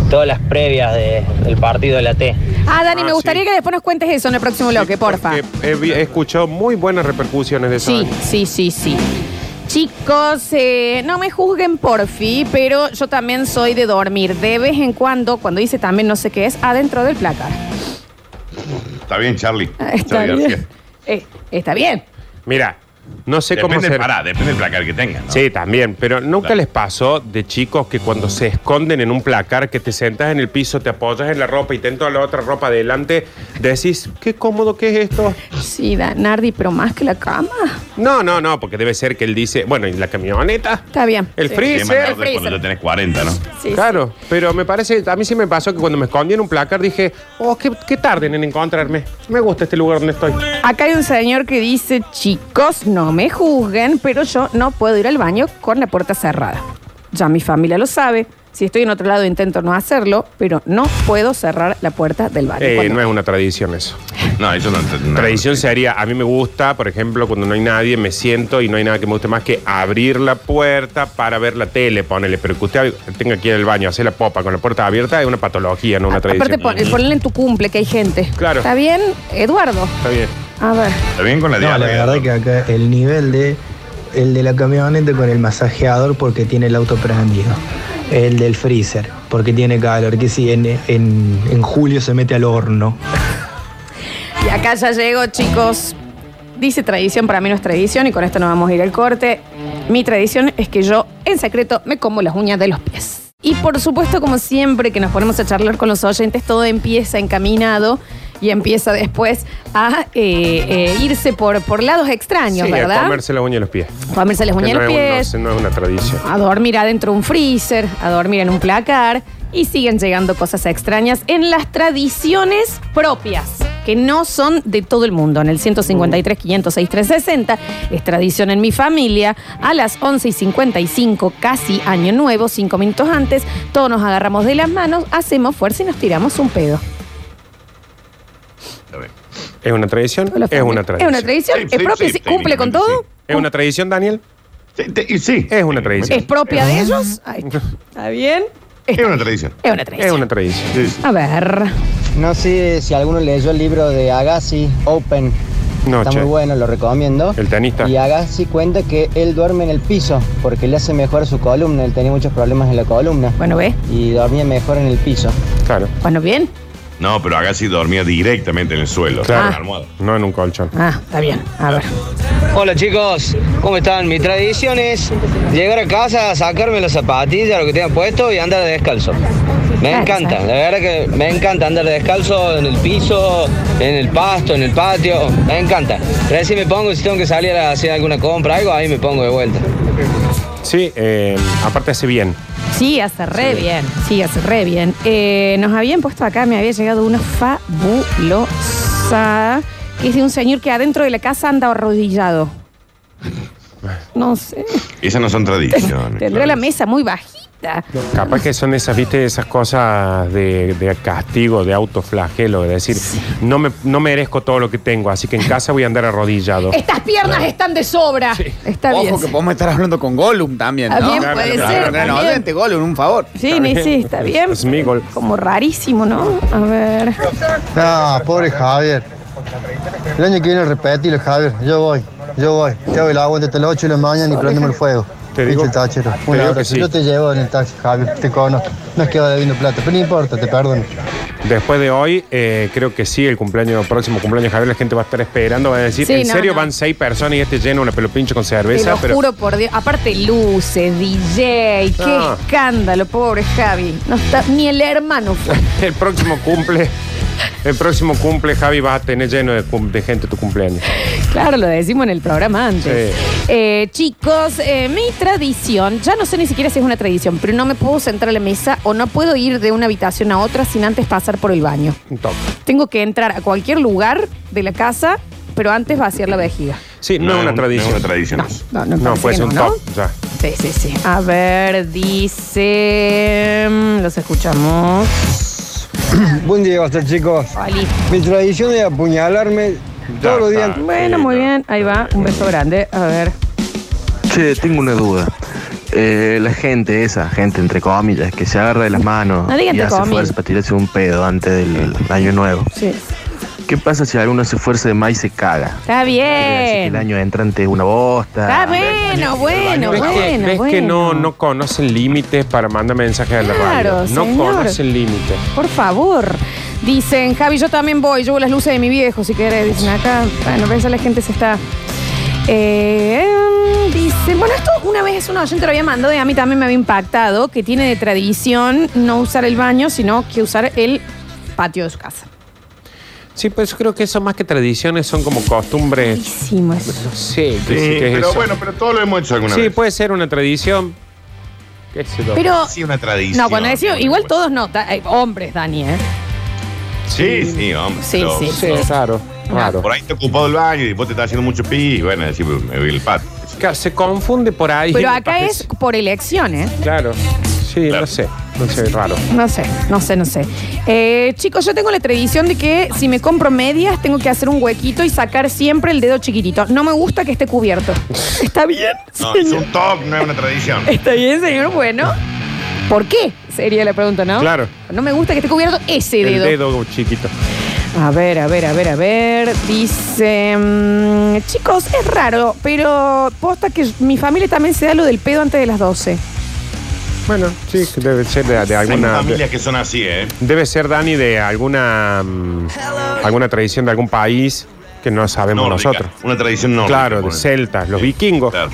todas las previas de- del partido de la T.
Ah, Dani,
Ah,
me gustaría
sí.
que después nos cuentes eso en el próximo bloque, porfa.
Porque Eh, he, vi- he escuchado muy buenas repercusiones de eso.
Sí, sí, sí, sí. Chicos, eh, no me juzguen por fin, pero yo también soy de dormir de vez en cuando, cuando dice también no sé qué es, adentro del placar. (laughs)
Está bien, Charlie.
Ah, Está
Charlie
bien.
García.
Eh, está bien.
Mira, no sé cómo
Depende,
será.
pará, depende del placar que tengan. ¿no?
Sí, también, pero nunca
Claro.
les pasó de chicos que cuando se esconden en un placar, que te sentas en el piso, te apoyas en la ropa y te entra la otra ropa delante, decís, qué cómodo que es esto.
Sí, da- Nardi, pero más que la cama.
No, no, no, porque debe ser que él dice, bueno, ¿y la camioneta?
Está bien.
El
Sí.
freezer.
Qué mandado
El
de cuando
freezer.
ya tenés 40, ¿no?
Sí, sí.
Claro, pero me parece, a mí sí me pasó que cuando me escondí en un placar dije, oh, qué, qué tarden en encontrarme. Me gusta este lugar donde estoy.
Acá hay un señor que dice, chicos, no me juzguen, pero yo no puedo ir al baño con la puerta cerrada. Ya mi familia lo sabe. Si estoy en otro lado intento no hacerlo, pero no puedo cerrar la puerta del baño.
Eh,
Cuando-
no es una tradición eso.
No, eso no. no
Tradición sería, a mí me gusta, por ejemplo, cuando no hay nadie, me siento y no hay nada que me guste más que abrir la puerta para ver la tele, ponele. Pero que usted tenga que ir al baño, hacer la popa con la puerta abierta es una patología, no una
Ah, Aparte,
tradición.
pon- ponle en tu cumple que hay gente.
Claro.
¿Está bien, Eduardo?
Está bien.
A ver.
Está bien con la
No, la
diarrea.
verdad que acá el nivel de el de la camioneta con el masajeador porque tiene el auto prendido. El del freezer, porque tiene calor, que si en, en, en julio se mete al horno.
Y acá ya llego, chicos. Dice tradición, para mí no es tradición y con esto nos vamos a ir al corte. Mi tradición es que yo, en secreto, me como las uñas de los pies. Y por supuesto, como siempre que nos ponemos a charlar con los oyentes, todo empieza encaminado y empieza después a eh, eh, irse por, por lados extraños,
Sí, a
¿verdad?
comerse la uña de los pies.
Comerse las uñas
Que
de los
no, es un- no
pies.
sé, no es una tradición.
a dormir adentro de un freezer, a dormir en un placar y siguen llegando cosas extrañas en las tradiciones propias que no son de todo el mundo. En el 153 506 360 es tradición en mi familia. A las 11 y 55, casi año nuevo, cinco minutos antes, todos nos agarramos de las manos, hacemos fuerza y nos tiramos un pedo.
Está bien.
¿Es una tradición?
Toda la
Es
familia.
una
Es
tradición.
una tradición,
Sí,
es
sí,
propia,
sí,
¿sí? cumple con todo.
técnicamente
¿Es una tradición, Daniel?
Sí, te- y sí.
Es una tradición.
Es propia de ellos. Ahí está. ¿Está bien? Es,
Es una tradición.
es una
Es
tradición.
una tradición.
Sí, sí.
A ver.
No sé si alguno leyó el libro de Agassi, Open.
No,
Está
che.
muy bueno, lo recomiendo.
El tenista.
Y Agassi cuenta que él duerme en el piso porque le hace mejor su columna. Él tenía muchos problemas en la columna
Bueno, ve.
y dormía mejor en el piso.
Claro.
Bueno, bien.
No, pero Agassi dormía directamente en el suelo.
Claro.
en la almohada.
No en un colchón.
Ah, está bien. A ver.
Hola chicos, ¿cómo están? Mi tradición es llegar a casa, sacarme las zapatillas, lo que tengan puesto y andar descalzo. Me
Claro,
encanta,
¿sabes?
la verdad que me encanta andar descalzo en el piso, en el pasto, en el patio, me encanta. Recién me pongo, si tengo que salir a hacer alguna compra, algo, ahí me pongo de vuelta.
Sí, eh, aparte hace bien.
Sí, hace re bien. Sí, hace re bien. Eh, nos habían puesto acá, me había llegado una fabulosa, que es de un señor que adentro de la casa anda arrodillado. No sé.
Esas no son tradiciones.
Tendrá la mesa muy bajita.
Capaz que son esas, viste, esas cosas de, de castigo, de autoflagelo, de decir, no, me, no merezco todo lo que tengo, así que en casa voy a andar arrodillado.
Estas piernas están de sobra. Está bien.
Ojo que podemos estar hablando con Gollum también, ¿no?
También puede ser,
No,
también.
oyente, Gollum, un favor.
Sí, ni (laughs) sí, está bien.
Es mi gol.
Como rarísimo, ¿no? A ver.
No, pobre Javier. El año que viene repetilo, Javier. Yo voy, yo voy. Te hago el aguante hasta las 8 de la mañana y prendemos el fuego.
Te digo-
Dice el tachero.
te
Un
digo que
abrazo.
sí.
Yo te llevo en el taxi, Javier. Te conozco. No es que vaya debiendo plata, pero no importa, te perdono.
Después de hoy, eh, creo que sí, el cumpleaños, el próximo cumpleaños de Javier, la gente va a estar esperando, va a decir,
Sí,
en
no,
serio
no.
van seis personas y este lleno una pelopincho con
Te
cerveza,
lo
pero
juro por Dios. Aparte, luces, DJ, qué
No.
escándalo, pobre Javi. No está, ni el hermano (laughs) fue.
el próximo cumple, el próximo cumple, Javi, vas a tener lleno de, cum- de gente tu cumpleaños.
Claro, lo decimos en el programa antes. Eh, chicos, eh, mi tradición, ya no sé ni siquiera si es una tradición, pero no me puedo sentar a la mesa o no puedo ir de una habitación a otra sin antes pasar por el baño.
Un toque.
Tengo que entrar a cualquier lugar de la casa, pero antes vaciar la vejiga.
Sí, no,
No,
es una
no,
tradición.
no es una tradición.
No, no,
No,
parece
puede
que
ser un
no, ¿no?
top, ya.
Sí, sí, sí. A ver, dice. mm, Los escuchamos.
Buen día, hasta chicos.
Oli.
Mi tradición es apuñalarme
todos los
Ah,
días.
Bueno, muy bien. Ahí va. Un beso grande. A ver.
Che, tengo una duda. Eh, la gente, esa gente entre comillas, que se agarra de las manos
No
y
digan entre
hace
comillas.
fuerza para tirarse un pedo antes del año nuevo.
Sí.
¿Qué pasa si alguno se esfuerza de más y se caga?
Está
Quiere decir que el
bien.
año entrante es una bosta.
Está bueno, bueno,
¿Ves,
Ah, bueno.
que, ves
bueno.
que no, no conocen límites para mandar mensajes a la
Claro,
radio? No
señor.
conocen límites.
Por favor. Dicen, Javi, yo también voy. Llevo las luces de mi viejo, si querés. Dicen acá. Bueno, ves, ya la gente se está. Eh, dicen, bueno, esto una vez un oyente lo había mandado y a mí también me había impactado, que tiene de tradición no usar el baño, sino que usar el patio de su casa.
Sí, pues yo creo que eso más que tradiciones son como costumbres.
Hicimos eso.
No sé, qué
Sí,
sé qué es
pero
eso.
bueno, pero todo lo hemos hecho alguna
Sí, pues,
vez.
puede ser una tradición. Qué sé yo.
Pero,
Sí, una tradición.
no, cuando decimos,
Bueno,
igual
pues.
todos no, ta- eh, hombres, Dani, ¿eh?
Sí, sí, hombre.
Sí,
pero-
sí.
Sí, es raro,
Ah.
raro.
Por ahí te ocupado el baño y vos te estás haciendo mucho pi y bueno, decir, me voy al patio.
Claro, se confunde por ahí.
Pero
me
acá es
parece.
por elección, ¿eh?
Claro. Sí, no sé. No sé, raro.
No sé, no sé, no sé. Eh, chicos, yo tengo la tradición de que si me compro medias, tengo que hacer un huequito y sacar siempre el dedo chiquitito. No me gusta que esté
(laughs)
cubierto. ¿Está bien,
No, es
señor?
un top, no es una tradición.
¿Está bien, señor? Bueno. ¿Por qué? Sería la pregunta, ¿no?
Claro.
No me gusta que esté cubierto ese
El
dedo.
dedo chiquito.
A ver, a ver, a ver, a ver. Dice. mm, chicos, es raro, pero posta que mi familia también se da lo del pedo antes de las 12.
Bueno, sí, que debe ser de, de
Hay
alguna.
familias que son así, ¿eh?
Debe ser, Dani, de alguna mm, alguna tradición de algún país que no sabemos
Nórdica,
nosotros.
Una tradición no.
Claro, de celtas, los vikingos.
Claro,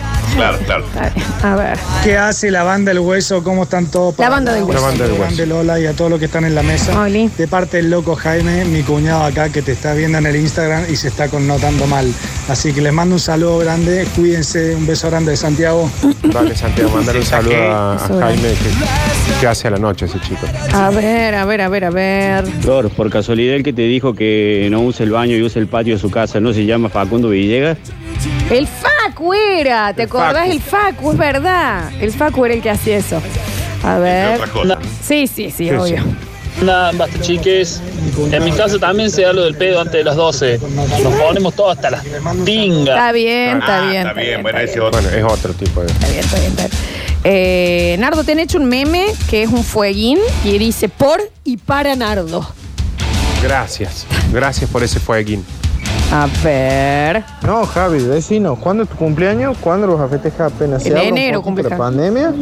claro, claro.
A ver.
¿Qué hace la banda El Hueso? ¿Cómo están todos?
La banda del hueso.
La banda del hueso.
Grande Lola y a todos los que están en la mesa.
Oli.
De parte del loco Jaime, mi cuñado acá que te está viendo en el Instagram y se está connotando mal. Así que les mando un saludo grande, cuídense, un beso grande de Santiago.
Dale, Santiago, mandar un saludo a, a Jaime que, que hace a la noche ese chico.
A ver, a ver, a ver, a ver.
Flor, por casualidad el que te dijo que no use el baño y use el patio de su casa, ¿no se llama Facundo Villegas?
El Facu era, ¿te
El
acordás?
Facu.
El Facu, es verdad. El Facu era el que hacía eso. A ver.
Otra cosa.
Sí, sí, sí,
Sí,
obvio.
Nada, basta chiques. En mi casa también se da lo del pedo antes de las 12. Nos ponemos todos hasta las
Está
pingas.
bien, está
Ah,
bien.
Está bien, bueno, ese otro.
Bueno, es otro tipo de.
Está bien, está bien, está bien. Eh, Nardo, te han hecho un meme que es un fueguín y dice por y para Nardo.
Gracias. Gracias por ese fueguín.
A ver.
No, Javi, vecino, ¿cuándo es tu cumpleaños? ¿Cuándo los vas a festejar apenas
En
abra un
enero
poquito
cumple
la
Javi.
pandemia?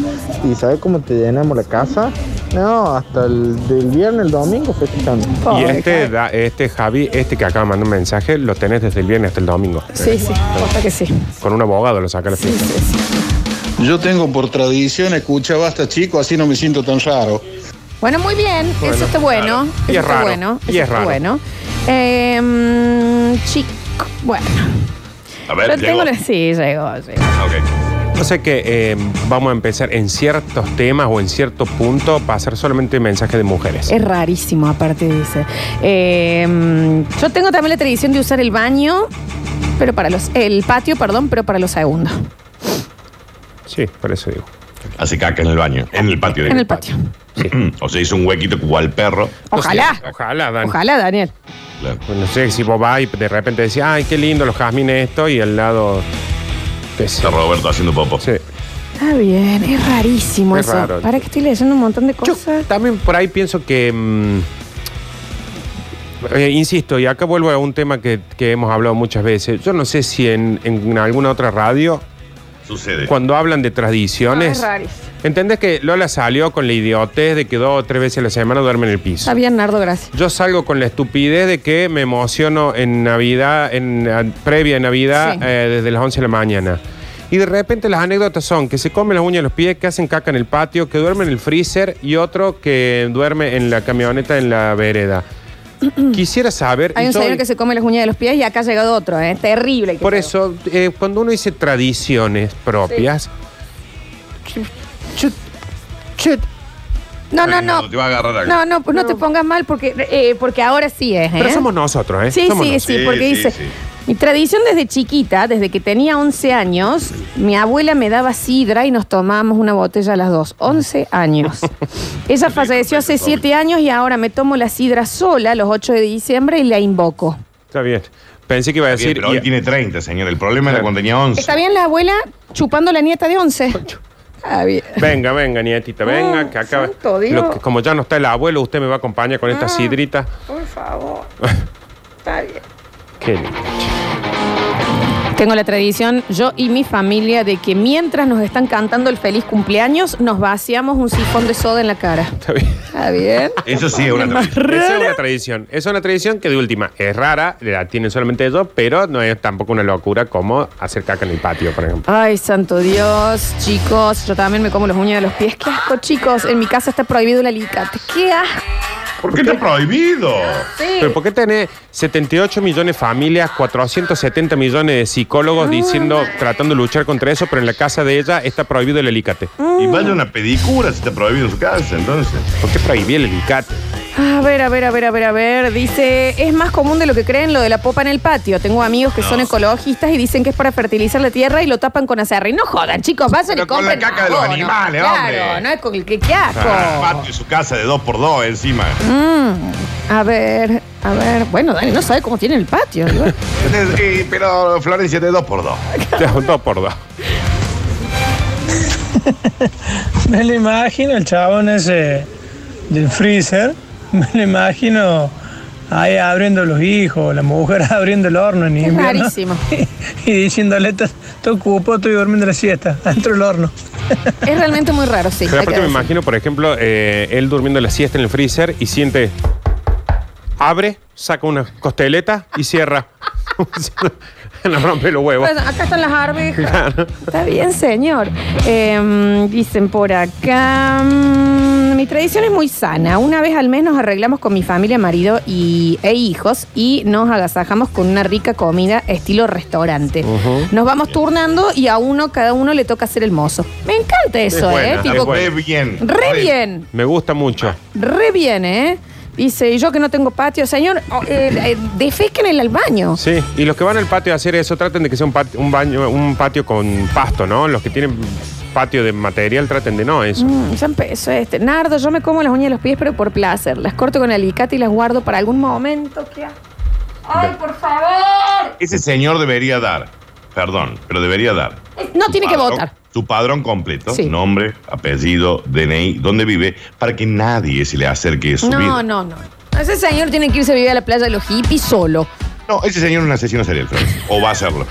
¿Y sabes cómo te llenamos la casa? No, hasta el del viernes, el domingo festejando.
Y este, da- este Javi, este que acaba de mandar un mensaje, lo tenés desde el viernes hasta el domingo.
Sí, sí, posta que sí.
Con un abogado lo saca la fiesta.
Yo tengo por tradición escuchar basta chico, así no me siento tan raro.
Bueno, muy bien.
Bueno,
eso está bueno.
claro. Y
Eso
es
está
raro.
bueno.
Y
eso
es
está
raro.
bueno. Eh, mm, chico. Bueno.
A
Lo
Ah,
ver,
tengo en- Sí, llegó, llegó.
O sea que eh, vamos a empezar en ciertos temas o en cierto punto pasar solamente mensajes de mujeres.
Es rarísimo, aparte dice. Eh, mm, yo tengo también la tradición de usar el baño, pero para los. El patio, perdón, pero para los segundos.
Sí, por eso digo.
Hace caca en el baño, en el patio.
En el patio.
(clears throat) o se hizo un huequito cual perro.
Ojalá.
Ojalá, Dani.
Ojalá, Daniel.
No sé si vos vas y de repente decís, ay, qué lindo los jazmines esto, y al lado. Está
Roberto haciendo popo.
Sí.
Está bien, es rarísimo
Es
eso.
raro.
Para que estoy leyendo un montón de cosas.
También por ahí pienso que. mm, eh, insisto, y acá vuelvo a un tema que, que hemos hablado muchas veces. Yo no sé si en, en alguna otra radio,
Sucede.
cuando hablan de tradiciones.
Ah, rarísimo.
¿Entendés que Lola salió con la idiotez de que dos o tres veces a la semana duerme en el piso?
Está bien, Nardo, gracias.
Yo salgo con la estupidez de que me emociono en Navidad, en eh, previa Navidad,
Sí.
eh, desde las 11 de la mañana. Y de repente las anécdotas son que se comen las uñas de los pies, que hacen caca en el patio, que duerme en el freezer y otro que duerme en la camioneta en
(clears throat)
la vereda. Quisiera saber.
Hay
y
un
soy-
señor que se come las uñas de los pies y acá ha llegado otro, ¿eh? Terrible. que
Por
sea.
eso, eh, cuando uno dice tradiciones propias,
No, no, no.
Te va a agarrar algo.
No, no, pues no te pongas mal porque, eh, porque ahora sí es, ¿eh?
pero somos nosotros, ¿eh?
Sí,
Somos
sí, sí,
nosotros.
porque dice. Mi tradición desde chiquita, desde que tenía 11 años, mi abuela me daba sidra y nos tomábamos una botella a las dos. 11 años. Ella falleció hace 7 años y ahora me tomo la sidra sola los 8 de diciembre y la invoco.
Está bien. Pensé que iba a
Está bien,
decir.
pero hoy tiene 30, señor. El problema era cuando tenía 11.
¿Está bien la abuela chupando la nieta de 11? Está bien.
Venga, venga, nietita, venga, que acaba.
Ah, santo Dios. Ah.
Lo que- como ya no está el abuelo, usted me va a acompañar con esta sidrita.
Por favor. Está bien.
Qué lindo.
Tengo la tradición, yo y mi familia, de que mientras nos están cantando el feliz cumpleaños, nos vaciamos un sifón de soda en la cara.
Está bien.
Está bien.
Eso sí es una tradición.
Esa es una tradición. Es una tradición que de última es rara, la tienen solamente ellos, pero no es tampoco una locura como hacer caca en el patio, por ejemplo.
Ay, santo Dios, chicos, yo también me como los uñas de los pies. Qué asco, chicos. En mi casa está prohibido el alicate. Qué asco.
¿Por qué está prohibido?
Sí.
Pero ¿por qué tenés 78 millones de familias, 470 millones de
Ah.
psicólogos diciendo, tratando de luchar contra eso, pero en la casa de ella está prohibido el helicate?
Ah. Mm.
Y vaya una pedicura si está prohibido en su casa, entonces.
¿Por qué prohibí el helicate?
(laughs) A ver, a ver, a ver, a ver, a ver. Dice, es más común de lo que creen lo de la popa en el patio. Tengo amigos que son ecologistas y dicen que es para fertilizar la tierra y lo tapan con acerrín. No jodan, chicos, vayan y
Pero con la
compren.
caca de los
abono.
animales,
claro,
hombre.
no es con el que qué asco.
Ah, el patio de su casa de dos por dos encima.
Mm, a ver, a ver. Bueno, Dani, no sabe cómo tiene el patio. digo.
Entonces, eh, pero Florencia de dos por dos.
dos por dos.
Me lo imagino el chabón ese del freezer, (laughs) me lo imagino ahí abriendo los hijos, la mujer (laughs) abriendo el horno en invierno.
rarísimo.
Y diciéndole, "Te- te ocupo, estoy durmiendo la siesta, (laughs) dentro del horno.
es realmente muy raro, sí.
Pero
hay que
aparte me
decir.
imagino, por ejemplo, eh, él durmiendo la siesta en el freezer y siente. Abre, saca una costeleta y cierra. (laughs) Nos rompe los huevos.
Bueno, Pues, acá están las arvejas.
Claro.
Está bien, señor. Eh, dicen por acá. mm, Mi tradición es muy sana. Una vez al mes nos arreglamos con mi familia, marido y, e hijos y nos agasajamos con una rica comida estilo restaurante.
Ujú.
Nos vamos turnando y a uno, cada uno le toca hacer el mozo. Me encanta eso, ¿eh? Tipo,
Re bien.
Re bien.
Me gusta mucho.
Re bien, ¿eh? Dice, y yo que no tengo patio, señor, oh, eh, eh, defequen en el baño.
Sí, y los que van al patio a hacer eso, traten de que sea un patio, un baño, un patio con pasto, ¿no? Los que tienen patio de material, traten de no eso.
Mm, ya empezó este. Nardo, yo me como las uñas de los pies, pero por placer. Las corto con alicate y las guardo para algún momento. que- ¡Ay, por favor!
Ese señor debería dar, perdón, pero debería dar
No tiene que
padrón,
votar.
Su padrón completo,
Sí.
nombre, apellido, DNI, dónde vive, para que nadie se le acerque su
No,
vida.
no, no. Ese señor tiene que irse a vivir a la playa de los hippies solo.
No, ese señor es un asesino serial, Flores. O va a serlo.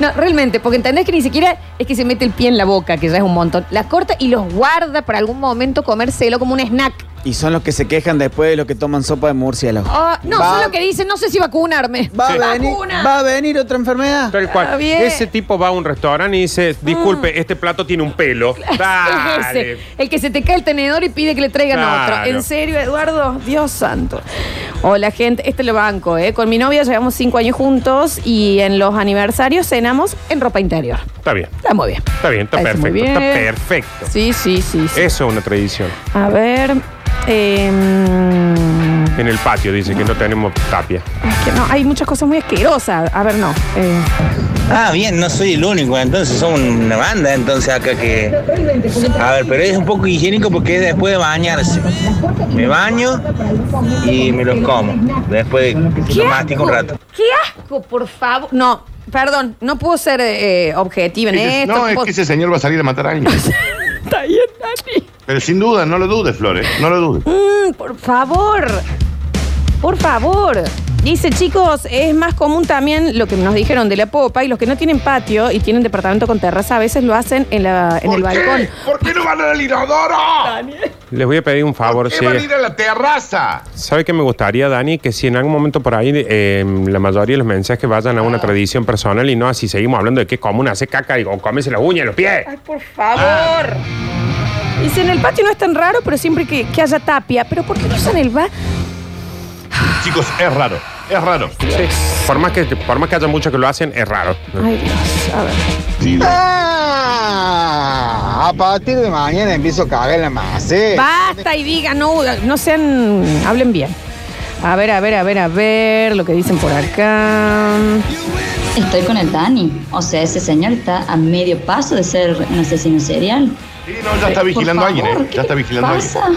No, realmente, porque entendés que ni siquiera es que se mete el pie en la boca, que ya es un montón. La corta y los guarda para algún momento comérselo como un snack.
Y son los que se quejan después de los que toman sopa de murciélago.
Ah, no,
Va-
son los que dicen, no sé si vacunarme.
Va,
Sí.
a venir,
Vacuna.
va a venir otra enfermedad.
Tal cual.
Está bien.
Ese tipo va a un restaurante y dice, disculpe, este plato tiene un pelo.
Es ese,
(laughs)
(laughs)
Dale.
el que se te cae el tenedor y pide que le traigan
Claro.
otro. ¿En serio, Eduardo? Dios santo. Hola, gente. Este lo banco, ¿eh? Con mi novia llevamos cinco años juntos y en los aniversarios cenamos en ropa interior.
Está bien,
Está muy bien.
está bien, está
Parece muy
perfecto. Está
bien.
perfecto.
Sí, sí, sí. sí.
Eso es una tradición.
A ver. em,
En el patio dice que no tenemos tapia.
es que no, hay muchas cosas muy asquerosas. A ver, no. eh,
Ah, bien, no soy el único, entonces somos una banda, entonces acá que... A ver, pero es un poco higiénico porque es después de bañarse. Me baño y me los como. Después
¿Qué
lo mastico un
asco?
rato.
¡Qué asco, por favor! No, perdón, no puedo ser eh, objetiva en
Ese-
esto.
no, es
puedo-
que ese señor va a salir a matar a alguien.
Está bien, Dani.
Pero sin duda, no lo dudes, Flores. No lo dudes.
Mm, (laughs) por favor. Por favor. Dice, chicos, es más común también lo que nos dijeron de la popa y los que no tienen patio y tienen departamento con terraza a veces lo hacen en, la, en el balcón.
¿Por qué no van al inodoro?
Les voy a pedir un favor.
¿Qué
sí.
van a ir a la terraza?
¿Sabe qué me gustaría, Dani? Que si en algún momento por ahí eh, la mayoría de los mensajes vayan a
Ah.
una tradición personal y no así seguimos hablando de que es común hacer caca y- o comerse las uñas, los pies.
Ay, por favor. Ah. Dice, en el patio no es tan raro, pero siempre que, que haya tapia. ¿Pero por qué no usan el ba?
Chicos, es raro. Es raro.
Por más, que, por más que haya muchos que lo hacen, es raro.
Ay, Dios, a ver.
Ah, a partir de mañana empiezo a cagar en la masa.
Basta y digan, no, no sean, hablen bien. A ver, a ver, a ver, a ver, lo que dicen por acá.
Estoy con el Dani. O sea, ese señor está a medio paso de ser un asesino serial.
Sí, no, ya está
Por
vigilando a alguien,
favor,
¿eh? Ya está vigilando a alguien.
pasa?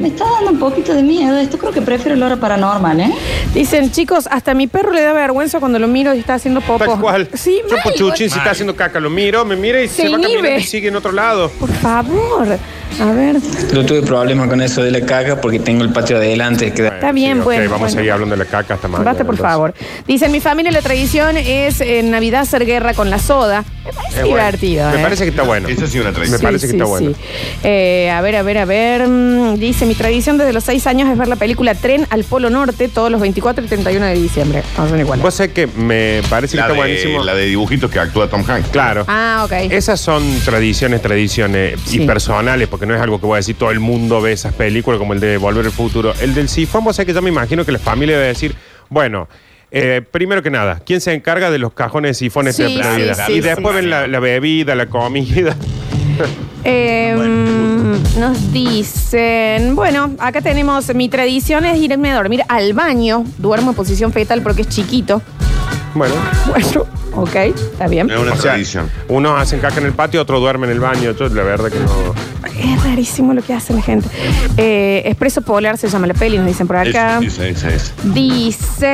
Me está dando un poquito de miedo. Esto creo que prefiero el hora paranormal, ¿eh?
Dicen, chicos, hasta a mi perro le da vergüenza cuando lo miro y está haciendo popo.
Tal cual.
Sí,
Yo
mal,
por chuchín, si
igual.
está haciendo caca, lo miro, me mira y se,
Se
va caminando
inhibe.
y sigue en otro lado.
Por favor. A ver,
No tuve problemas con eso de la caca porque tengo el patio adelante.
Está bien,
ok,
bueno,
vamos a
bueno.
seguir hablando de la caca hasta mañana.
basta por
entonces.
favor. Dicen, mi familia la tradición es en Navidad hacer guerra con la soda. Me parece
Es bueno.
divertido.
Me
¿eh?
parece que está bueno.
Eso sí, una tradición.
Me parece
Sí, sí,
que está bueno.
sí. Eh, a ver, a ver, a ver. mm, Dice, mi tradición desde los seis años es ver la película Tren al Polo Norte todos los 24 y 31 de diciembre. Ah, son iguales.
Vos sabés que me parece
La
que está
de-
buenísimo.
la de dibujitos que actúa Tom Hanks.
Claro.
Ah, ok.
Esas son tradiciones, tradiciones
Sí.
y personales, porque no es algo que voy a decir todo el mundo ve esas películas como el de Volver al Futuro. El del sifón, vos sabés que yo me imagino que la familia debe decir, bueno, eh, primero que nada, ¿quién se encarga de los cajones de sifones
Sí,
de la
sí,
vida?
sí,
y
sí,
después
sí.
ven la, la bebida, la comida. (laughs)
Eh, mm, nos dicen, bueno, acá tenemos, mi tradición es irme a dormir al baño. Duermo en posición fetal porque es chiquito. (laughs)
Bueno,
Bueno, ok, está bien.
Es una
O sea,
tradición.
unos hacen caca en el patio, otros duermen en el baño. Yo, la verdad que no.
Es rarísimo lo que hace la gente. Eh, Expreso Polar se llama la peli, nos dicen por acá.
Esa, esa, esa.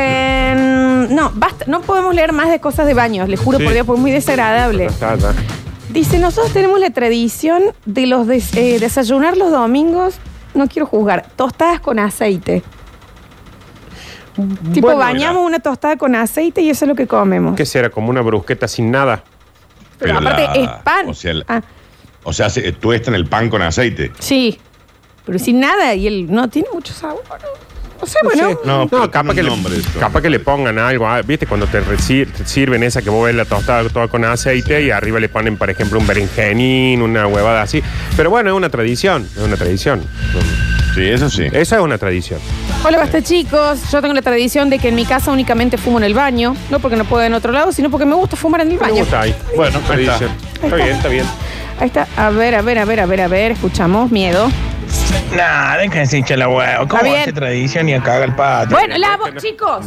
Dicen. No, basta, no podemos leer más de cosas de baños, les juro
Sí.
por Dios, porque es muy desagradable.
Está, está.
Dice, nosotros tenemos la tradición de los des- eh, desayunar los domingos, no quiero juzgar, tostadas con aceite. Tipo,
Bueno,
bañamos una tostada con aceite y eso es lo que comemos.
¿Qué será? Como una brusqueta sin nada.
Pero, aparte
la-
es pan.
O sea, la-
Ah,
o sea se, tuestan el pan con aceite.
sí. Pero sin nada y él no tiene mucho sabor. No sé, bueno.
No, capaz, que le, capaz que le pongan algo. ah, ¿Viste? Cuando te, reci- te sirven esa que vos ves la tostada toda con aceite y arriba le ponen, por ejemplo, un berenjenín, una huevada así. Pero bueno, es una tradición. Es una tradición.
Sí, eso sí.
Eso es una tradición.
Hola, basta chicos. Yo tengo la tradición de que en mi casa únicamente fumo en el baño. No porque no pueda en otro lado, sino porque me gusta fumar en el
Me
baño.
gusta ahí. Bueno, tradición. Está. bien, está bien.
Ahí está. A ver, a ver, a ver, a ver, a ver. Escuchamos miedo.
Nah, déjense hinchar la huevo.
Está
¿Cómo
bien.
hace tradición y acá el pato?
Bueno, la voz, chicos.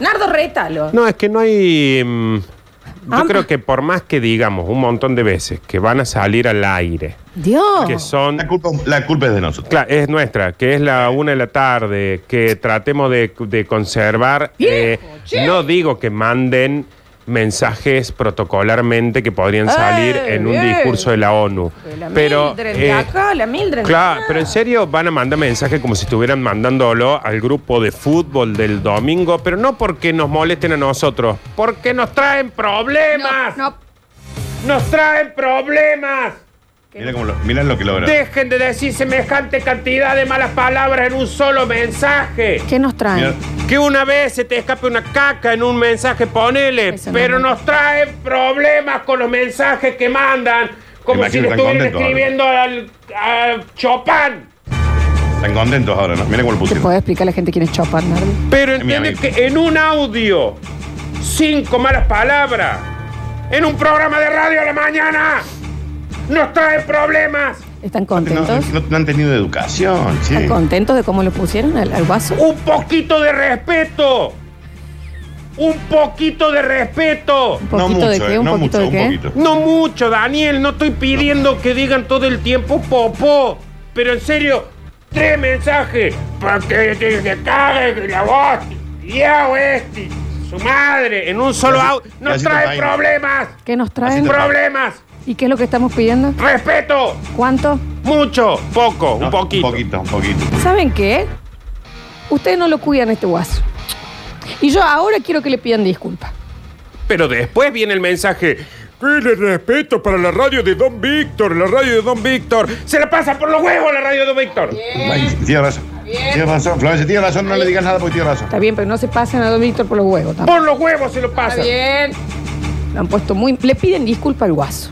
Nardo, rétalo.
No, es que no hay. mm,
Ah.
yo creo que por más que digamos un montón de veces que van a salir al aire,
Dios.
que son.
La culpa, la culpa es de nosotros.
Claro, es nuestra, que es la una de la tarde, que tratemos de, de conservar. eh, no digo que manden mensajes protocolarmente que podrían
Eh,
salir en un
bien.
discurso de la ONU.
La
Pero,
Mildred
eh,
de acá, la Mildred. de
Claro,
acá.
pero en serio van a mandar mensajes como si estuvieran mandándolo al grupo de fútbol del domingo, pero no porque nos molesten a nosotros, porque nos traen problemas. Nos traen problemas.
Mira cómo lo, mirá lo que logra.
Dejen de decir semejante cantidad de malas palabras en un solo mensaje.
¿Qué nos traen?
Mira, Que una vez se te escape una caca en un mensaje, ponele,
Eso no
pero
es
nos traen problemas con los mensajes que mandan, como si
Imagino
le
tan
estuvieran
contento ahora.
escribiendo al, a Chopin.
Están contentos ahora, ¿no? Mira cómo lo
¿Te
pusieron.
puedo explicar a la gente quién es Chopin, Nardi?
Pero
mi
entiende que en un audio, cinco malas palabras, en un programa de radio a la mañana, nos trae problemas.
¿Están
No,
contentos? Ah,
no- no han tenido educación, sí.
¿Están contentos de cómo lo pusieron al, al guaso?
Un poquito de respeto. Un poquito de respeto.
¿Un poquito
mucho,
de qué?
eh,
¿Un
no
poquito
mucho,
de
un
qué?
poquito.
No mucho, Daniel. No estoy pidiendo que digan todo el tiempo popó. Pero en serio, tres mensajes. Porque te- te cague la voz. Ya, este. Su madre. En un solo
Casi-
audio. Nos
casi te
trae
paino.
problemas.
¿Qué nos traen?
Problemas.
¿Y qué es lo que estamos pidiendo?
Respeto.
¿Cuánto?
Mucho. Poco.
No,
un poquito.
Un poquito, un poquito.
¿Saben qué? Ustedes no lo cuidan a este guaso. Y yo ahora quiero que le pidan disculpas.
Pero después viene el mensaje. Tiene respeto para la radio de Don Víctor, la radio de Don Víctor. Se la pasa por los huevos la radio de Don Víctor.
Ay, Tiene razón. Tiene razón, Florencia, tiene razón, no le digas nada porque tiene razón.
Está bien, pero no se pasen a Don Víctor por los huevos. tampoco.
Por los huevos se lo pasa.
Está bien. Lo han puesto muy. Le piden disculpa al guaso.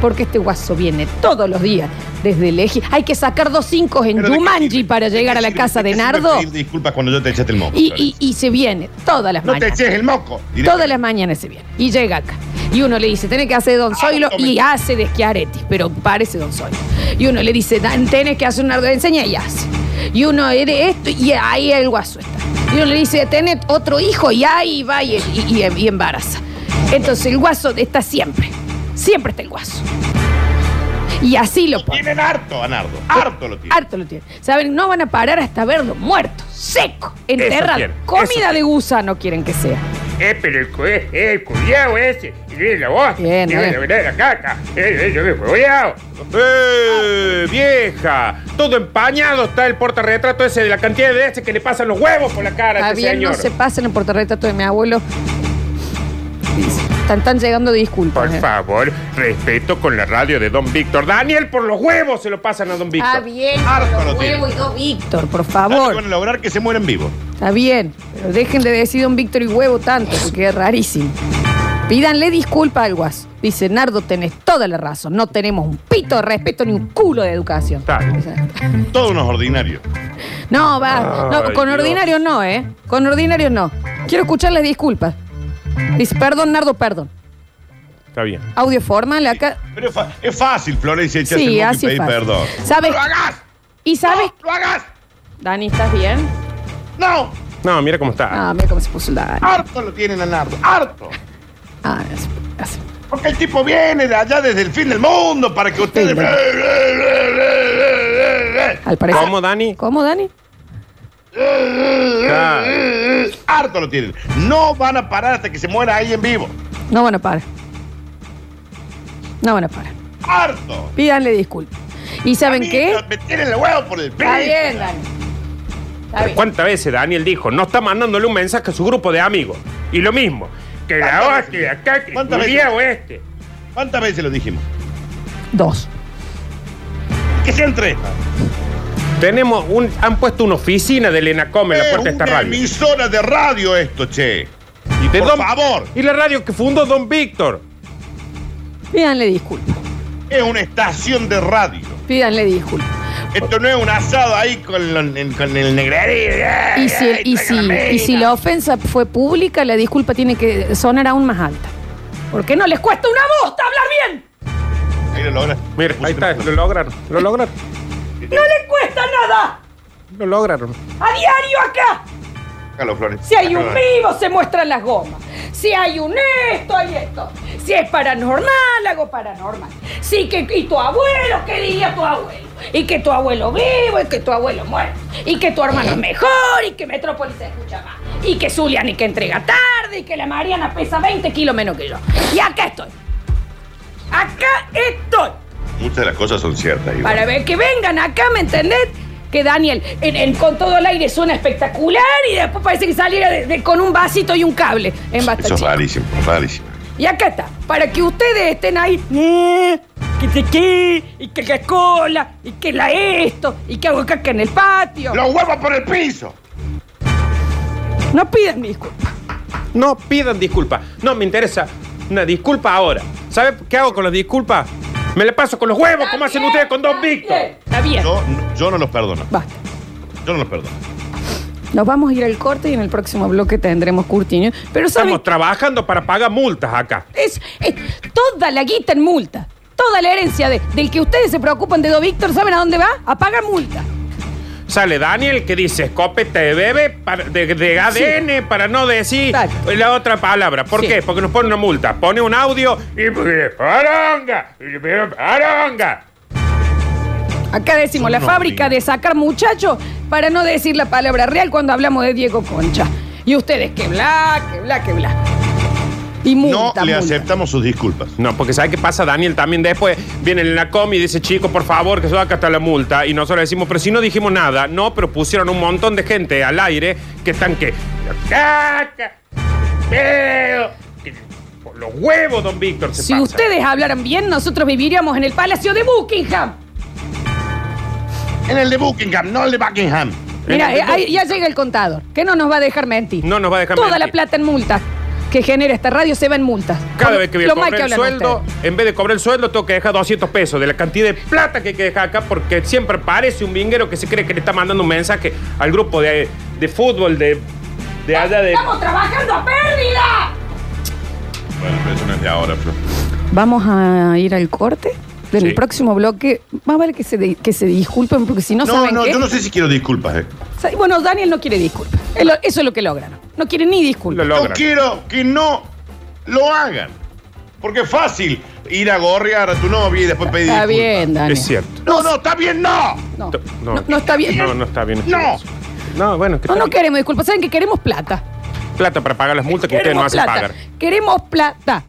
Porque este guaso viene todos los días desde el eje. Hay que sacar dos cinco en
Pero de qué
Yumanji para llegar a la casa de
¿Qué sirve
Nardo.
pedir disculpas cuando yo te echaste el moco.
Y,
Florencia?
y- y se viene todas las
No te
mañanas.
eches el moco. Directo.
Todas las mañanas se viene. Y llega acá. Y uno le dice, tenés que hacer Don Zoilo. Y hace de Schiaretti, pero parece Don Zoilo. Y uno le dice, "Dan, tenés que hacer una enseña y hace. Y uno eres esto y ahí el guaso está. Y uno le dice, tenés otro hijo y ahí va y, y- y- y embaraza. Entonces el guaso está siempre. Siempre está el guaso. Y así lo pone.
Tienen harto a Nardo. Harto lo tienen.
Ah, Harto lo tiene. Saben, no van a parar hasta verlo muerto, seco, enterrado.
quieren, eso
Comida de
quieren.
gusano quieren que sea.
Eh, pero el, cu- eh, el culiao ese. Y viene la voz.
Bien,
y viene
bien.
la verdad de la caca. Eh, eh, yo me fui culiao. ¡Eh, vieja! Todo empañado está el portarretrato ese de la cantidad de veces que le pasan los huevos por la cara a
Está
este
bien, no
señor.
se pasen el portarretrato de mi abuelo. Están, están llegando disculpas.
Por
eh.
favor, respeto con la radio de Don Víctor. Daniel, por los huevos se lo pasan a Don Víctor.
Está bien,
Harto
los
lo tiene.
huevos y dos Víctor, por
Dale,
favor.
Van a lograr que se mueran vivos.
Está bien, pero dejen de decir un Víctor y huevo tanto, porque es rarísimo. Pídanle disculpas al guas. Dice, Nardo, tenés toda la razón. No tenemos un pito de respeto ni un culo de educación.
Está bien.
O sea,
Todos unos ordinarios.
No, va. No,
Ay,
con
Dios.
ordinario no, ¿eh? Con ordinario no. Quiero escuchar las disculpas. Dice, perdón, Nardo, perdón.
Está bien.
Audio formal acá.
Pero es, fa- es fácil, Florencia, echarse
Sí,
el moco y
así
pedir
fácil.
perdón.
¿Sabes?
¡No lo hagas!
¿Y sabes?
¡No lo hagas!
Dani, ¿estás bien?
¡No!
No, mira cómo está.
Ah, mira cómo se puso el Dani.
¡Harto lo tienen a Nardo! ¡Harto!
Ah, así, así.
Porque el tipo viene de allá desde el fin del mundo para que ustedes.
Al parecer.
¿Cómo, Dani?
¿Cómo, Dani?
Claro.
¡Harto lo tienen! No van a parar hasta que se muera ahí en vivo.
No van a parar. No van a parar.
¡Harto!
Pídanle disculpas. ¿Y saben qué?
Me tienen el huevo por el piso.
Está bien, Dani. Está
Pero
bien.
¿Cuántas veces Daniel dijo? No está mandándole un mensaje a su grupo de amigos. Y lo mismo. Que
¿Cuántas
la
veces?
hostia, acá, que
¿Cuántas
el
veces?
o este.
¿Cuántas veces lo dijimos?
Dos.
Que sean tres.
Ah, Tenemos un. Han puesto una oficina de Elena Come en la puerta de esta
una
radio.
emisora de radio esto, che.
Y de
Por
Don-
favor.
Y la radio que fundó Don Víctor.
Pídanle disculpas.
Es una estación de radio.
Pídanle disculpas.
Esto no es un asado ahí con, lo- en- con el negrerío.
Y si, y, si, y si la ofensa fue pública, la disculpa tiene que sonar aún más alta. ¿Por qué no les cuesta una bosta hablar bien?
Ahí lo logra.
Mira, ahí está, lo lograron. Lo lograron.
¡No les cuesta nada!
Lo lograron.
¡A diario acá!
Sácalo, Flores.
Si hay un
Sácalo.
vivo, se muestran las gomas. Si hay un esto, hay esto. Si es paranormal, hago paranormal. Si que, y tu abuelo, ¿qué diría tu abuelo? Y que tu abuelo vivo, y que tu abuelo muerto. Y que tu hermano es mejor, y que Metrópolis se escucha más. Y que Zuliani que entrega tarde y que la Mariana pesa 20 kilos menos que yo. Y acá estoy. Acá estoy.
Muchas de las cosas son ciertas. igual.
Para ver que vengan acá, ¿me entendés? Que Daniel, en, en- con todo el aire suena espectacular y después parece que saliera de- de- con un vasito y un cable en Basta,
Eso
chicos.
es rarísimo, rarísimo.
Y acá está, para que ustedes estén ahí. "Eh, Que te qué, y que la cola, y que la esto, y que hago caca en el patio.
¡Los huevos por el piso!
No pidan disculpas.
No pidan disculpas. No me interesa una disculpa ahora. ¿Sabe qué hago con las disculpas? Me la paso con los huevos, como hacen ustedes con Don Víctor.
Está bien.
Yo, yo no los perdono.
Basta.
Yo no los perdono.
Nos vamos a ir al corte y en el próximo bloque tendremos Curtiño. Pero ¿saben?
Estamos trabajando para pagar multas acá.
Es, es toda la guita en multa. Toda la herencia de- del que ustedes se preocupan de Do Víctor, ¿saben a dónde va? A pagar multa.
Sale Daniel que dice escopeta de bebé para- de, de ADN para no decir la otra palabra. ¿Por qué? Porque nos pone una multa. Pone un audio y. ¡Paronga! ¡Paronga!
Acá decimos la
No,
fábrica de sacar muchachos para no decir la palabra real cuando hablamos de Diego Concha. Y ustedes, que bla, que bla, que bla. Y multa,
le
multa.
aceptamos sus disculpas.
No, porque ¿sabe qué pasa? Daniel también después viene en la com y dice, chico, por favor, que yo acá está la multa. Y nosotros decimos, pero si no dijimos nada, no, pero pusieron un montón de gente al aire que están que. ¡Caca! ¡Pedo! que- por los huevos, don Víctor, se
Si
pasa.
ustedes hablaran bien, nosotros viviríamos en el Palacio de Buckingham.
En el de Buckingham, no el de Buckingham.
Mira,
En el de
eh, ahí ya llega el contador, que no nos va a dejar mentir.
No nos va a dejar
Toda la
mentir.
plata en multas que genera esta radio se va en multas.
Cada vez que voy a
Lo mal
cobrar el
hablan
sueldo, en vez de cobrar el sueldo, tengo que dejar 200 pesos de la cantidad de plata que hay que dejar acá, porque siempre parece un vinguero que se cree que le está mandando un mensaje al grupo de, de fútbol de, de allá de.
¡Estamos trabajando a pérdida!
Buckingham. Bueno, pero eso no es de ahora, Flor.
Vamos a ir al corte. En
Sí.
el próximo bloque, más vale que se, de- que se disculpen, porque si no,
no,
saben
no
qué.
yo no sé si quiero disculpas, eh.
Sa- Bueno, Daniel no quiere disculpas. Es lo- Eso es lo que logran. No quiere ni disculpas.
Yo quiero que no lo hagan. Porque es fácil ir a gorrear a tu novia y después pedir
Está
disculpas.
bien, Dani.
Es cierto.
No, no, está bien, no.
No,
No,
no está bien.
No, no está bien.
No.
No, bueno, que
No,
está
no
bien.
queremos disculpas. Saben que queremos plata.
plata para pagar las multas que ustedes no
Queremos
hacen
plata.
pagar.
Queremos plata.